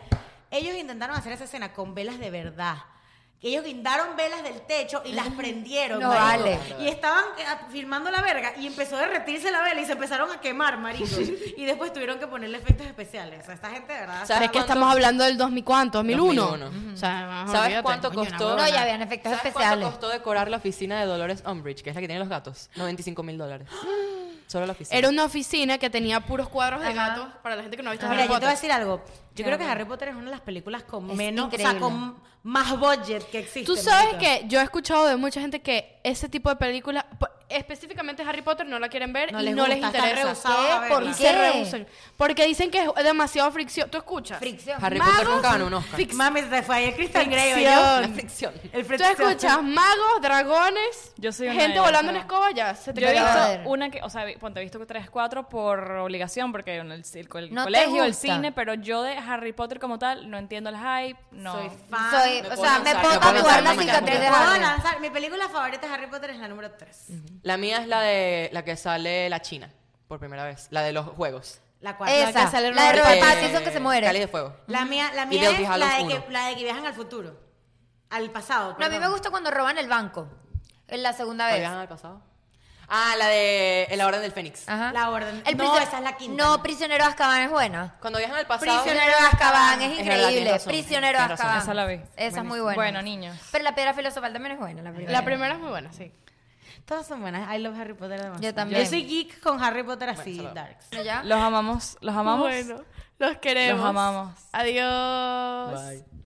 D: Ellos intentaron hacer esa escena con velas de verdad. Que ellos guindaron velas del techo y las prendieron.
E: No
D: marico.
E: vale.
D: Y estaban eh, filmando la verga y empezó a derretirse la vela y se empezaron a quemar, marico. y después tuvieron que ponerle efectos especiales. O sea, esta gente de verdad.
F: ¿Sabes
C: Pero es que
F: cuánto?
C: estamos hablando del 2000 cuánto, 2001.
F: 2001.
C: O sea, más
F: ¿Sabes
C: olvídate.
F: cuánto
C: Coño,
F: costó?
C: una
E: No, ya
C: huevona.
E: habían efectos
F: ¿Sabes
E: especiales.
F: cuánto costó decorar la oficina de Dolores Umbridge, que es la que tiene los gatos? 95 mil dólares. Solo la oficina.
C: Era una oficina que tenía puros cuadros de
E: Ajá.
C: gatos para la gente que no ha visto
D: Mira,
C: Harry
D: yo te voy a
C: Potter.
D: decir algo. Yo creo que Harry Potter es una de las películas con
E: Es
D: menos, o
E: increíble.
D: sea, con más budget que existe.
C: Tú sabes
D: marica.
C: que yo he escuchado de mucha gente que ese tipo de películas, po- específicamente Harry Potter, no la quieren ver
D: No
C: y
D: les
C: no les
D: gusta, están
C: interesa.
D: rehusados a
C: ¿Por
D: verla.
C: Y
E: ¿Por
C: se
E: qué?
C: rehusan. Porque dicen que es demasiado fricción. ¿Tú escuchas?
E: Fricción.
F: Harry
C: Magos,
F: Potter nunca ganó un Oscar.
C: fic-
D: Mami, se fue ahí el Christian Grey,
C: Fricción.
D: ¿oyó?
F: La fricción.
D: El
C: Tú
D: fricción.
C: escuchas magos, dragones,
B: Yo soy una de
C: gente
B: ellas,
C: volando en
B: ¿verdad?
C: escoba, ya se te
B: Yo he
C: cayó.
E: Joder.
B: visto una que, o sea, vi- ponte, he visto tres, cuatro por obligación, porque en el, el co- el
E: No te
B: colegio, el
E: gusta.
B: cine, pero yo de Harry Potter como tal no entiendo el hype, no.
D: Soy fan.
E: Soy, o
F: Me puedo
E: sea, me
F: lanzar,
E: puedo
F: me
E: tatuar
F: puedo lanzar,
E: la
F: mamá,
E: cicatriz
F: me
E: de
D: Te puedo
E: Harry.
D: lanzar- Mi película favorita de Harry Potter es la número 3.
F: La mía es la de la que sale la China. por primera vez. La de los juegos.
D: La cuarta.
C: La que
E: Esa,
C: sale
E: la de
C: Robert
E: Robert
F: Eh,
E: Pattinson que se muere.
F: Cali de fuego.
D: La mía, la
F: Y
D: mía
F: Death
D: es
F: Hallows
D: la de,
F: 1.
D: que, la de que viajan al futuro. Al pasado.
E: No, a mí me
D: perdón.
E: gusta cuando roban el banco. En la segunda vez.
F: ¿Habían al pasado? Ah, la de La Orden del Fénix.
E: Ajá.
D: La orden.
E: El
D: no,
E: prisionero-
D: esa es la quinta.
E: No, Prisionero de Azkaban es buena.
F: Cuando viajan al pasado.
E: Prisionero de Azkaban es
F: Es verdad, tienes
E: increíble.
F: razón,
E: Prisionero de
F: tienes razón.
E: Azkaban.
B: Esa la vi.
E: Esa es muy buena.
B: Bueno, niños.
E: Pero la piedra filosofal también es buena. La primera.
C: La primera es muy buena, sí.
D: Todas son buenas. I love Harry Potter además.
E: Yo también.
D: Yo soy geek con Harry Potter así,
F: Bueno,
D: darks.
E: Bueno, ya.
B: Los amamos, los amamos.
C: Bueno, los queremos.
B: Los amamos.
C: Adiós.
F: Bye.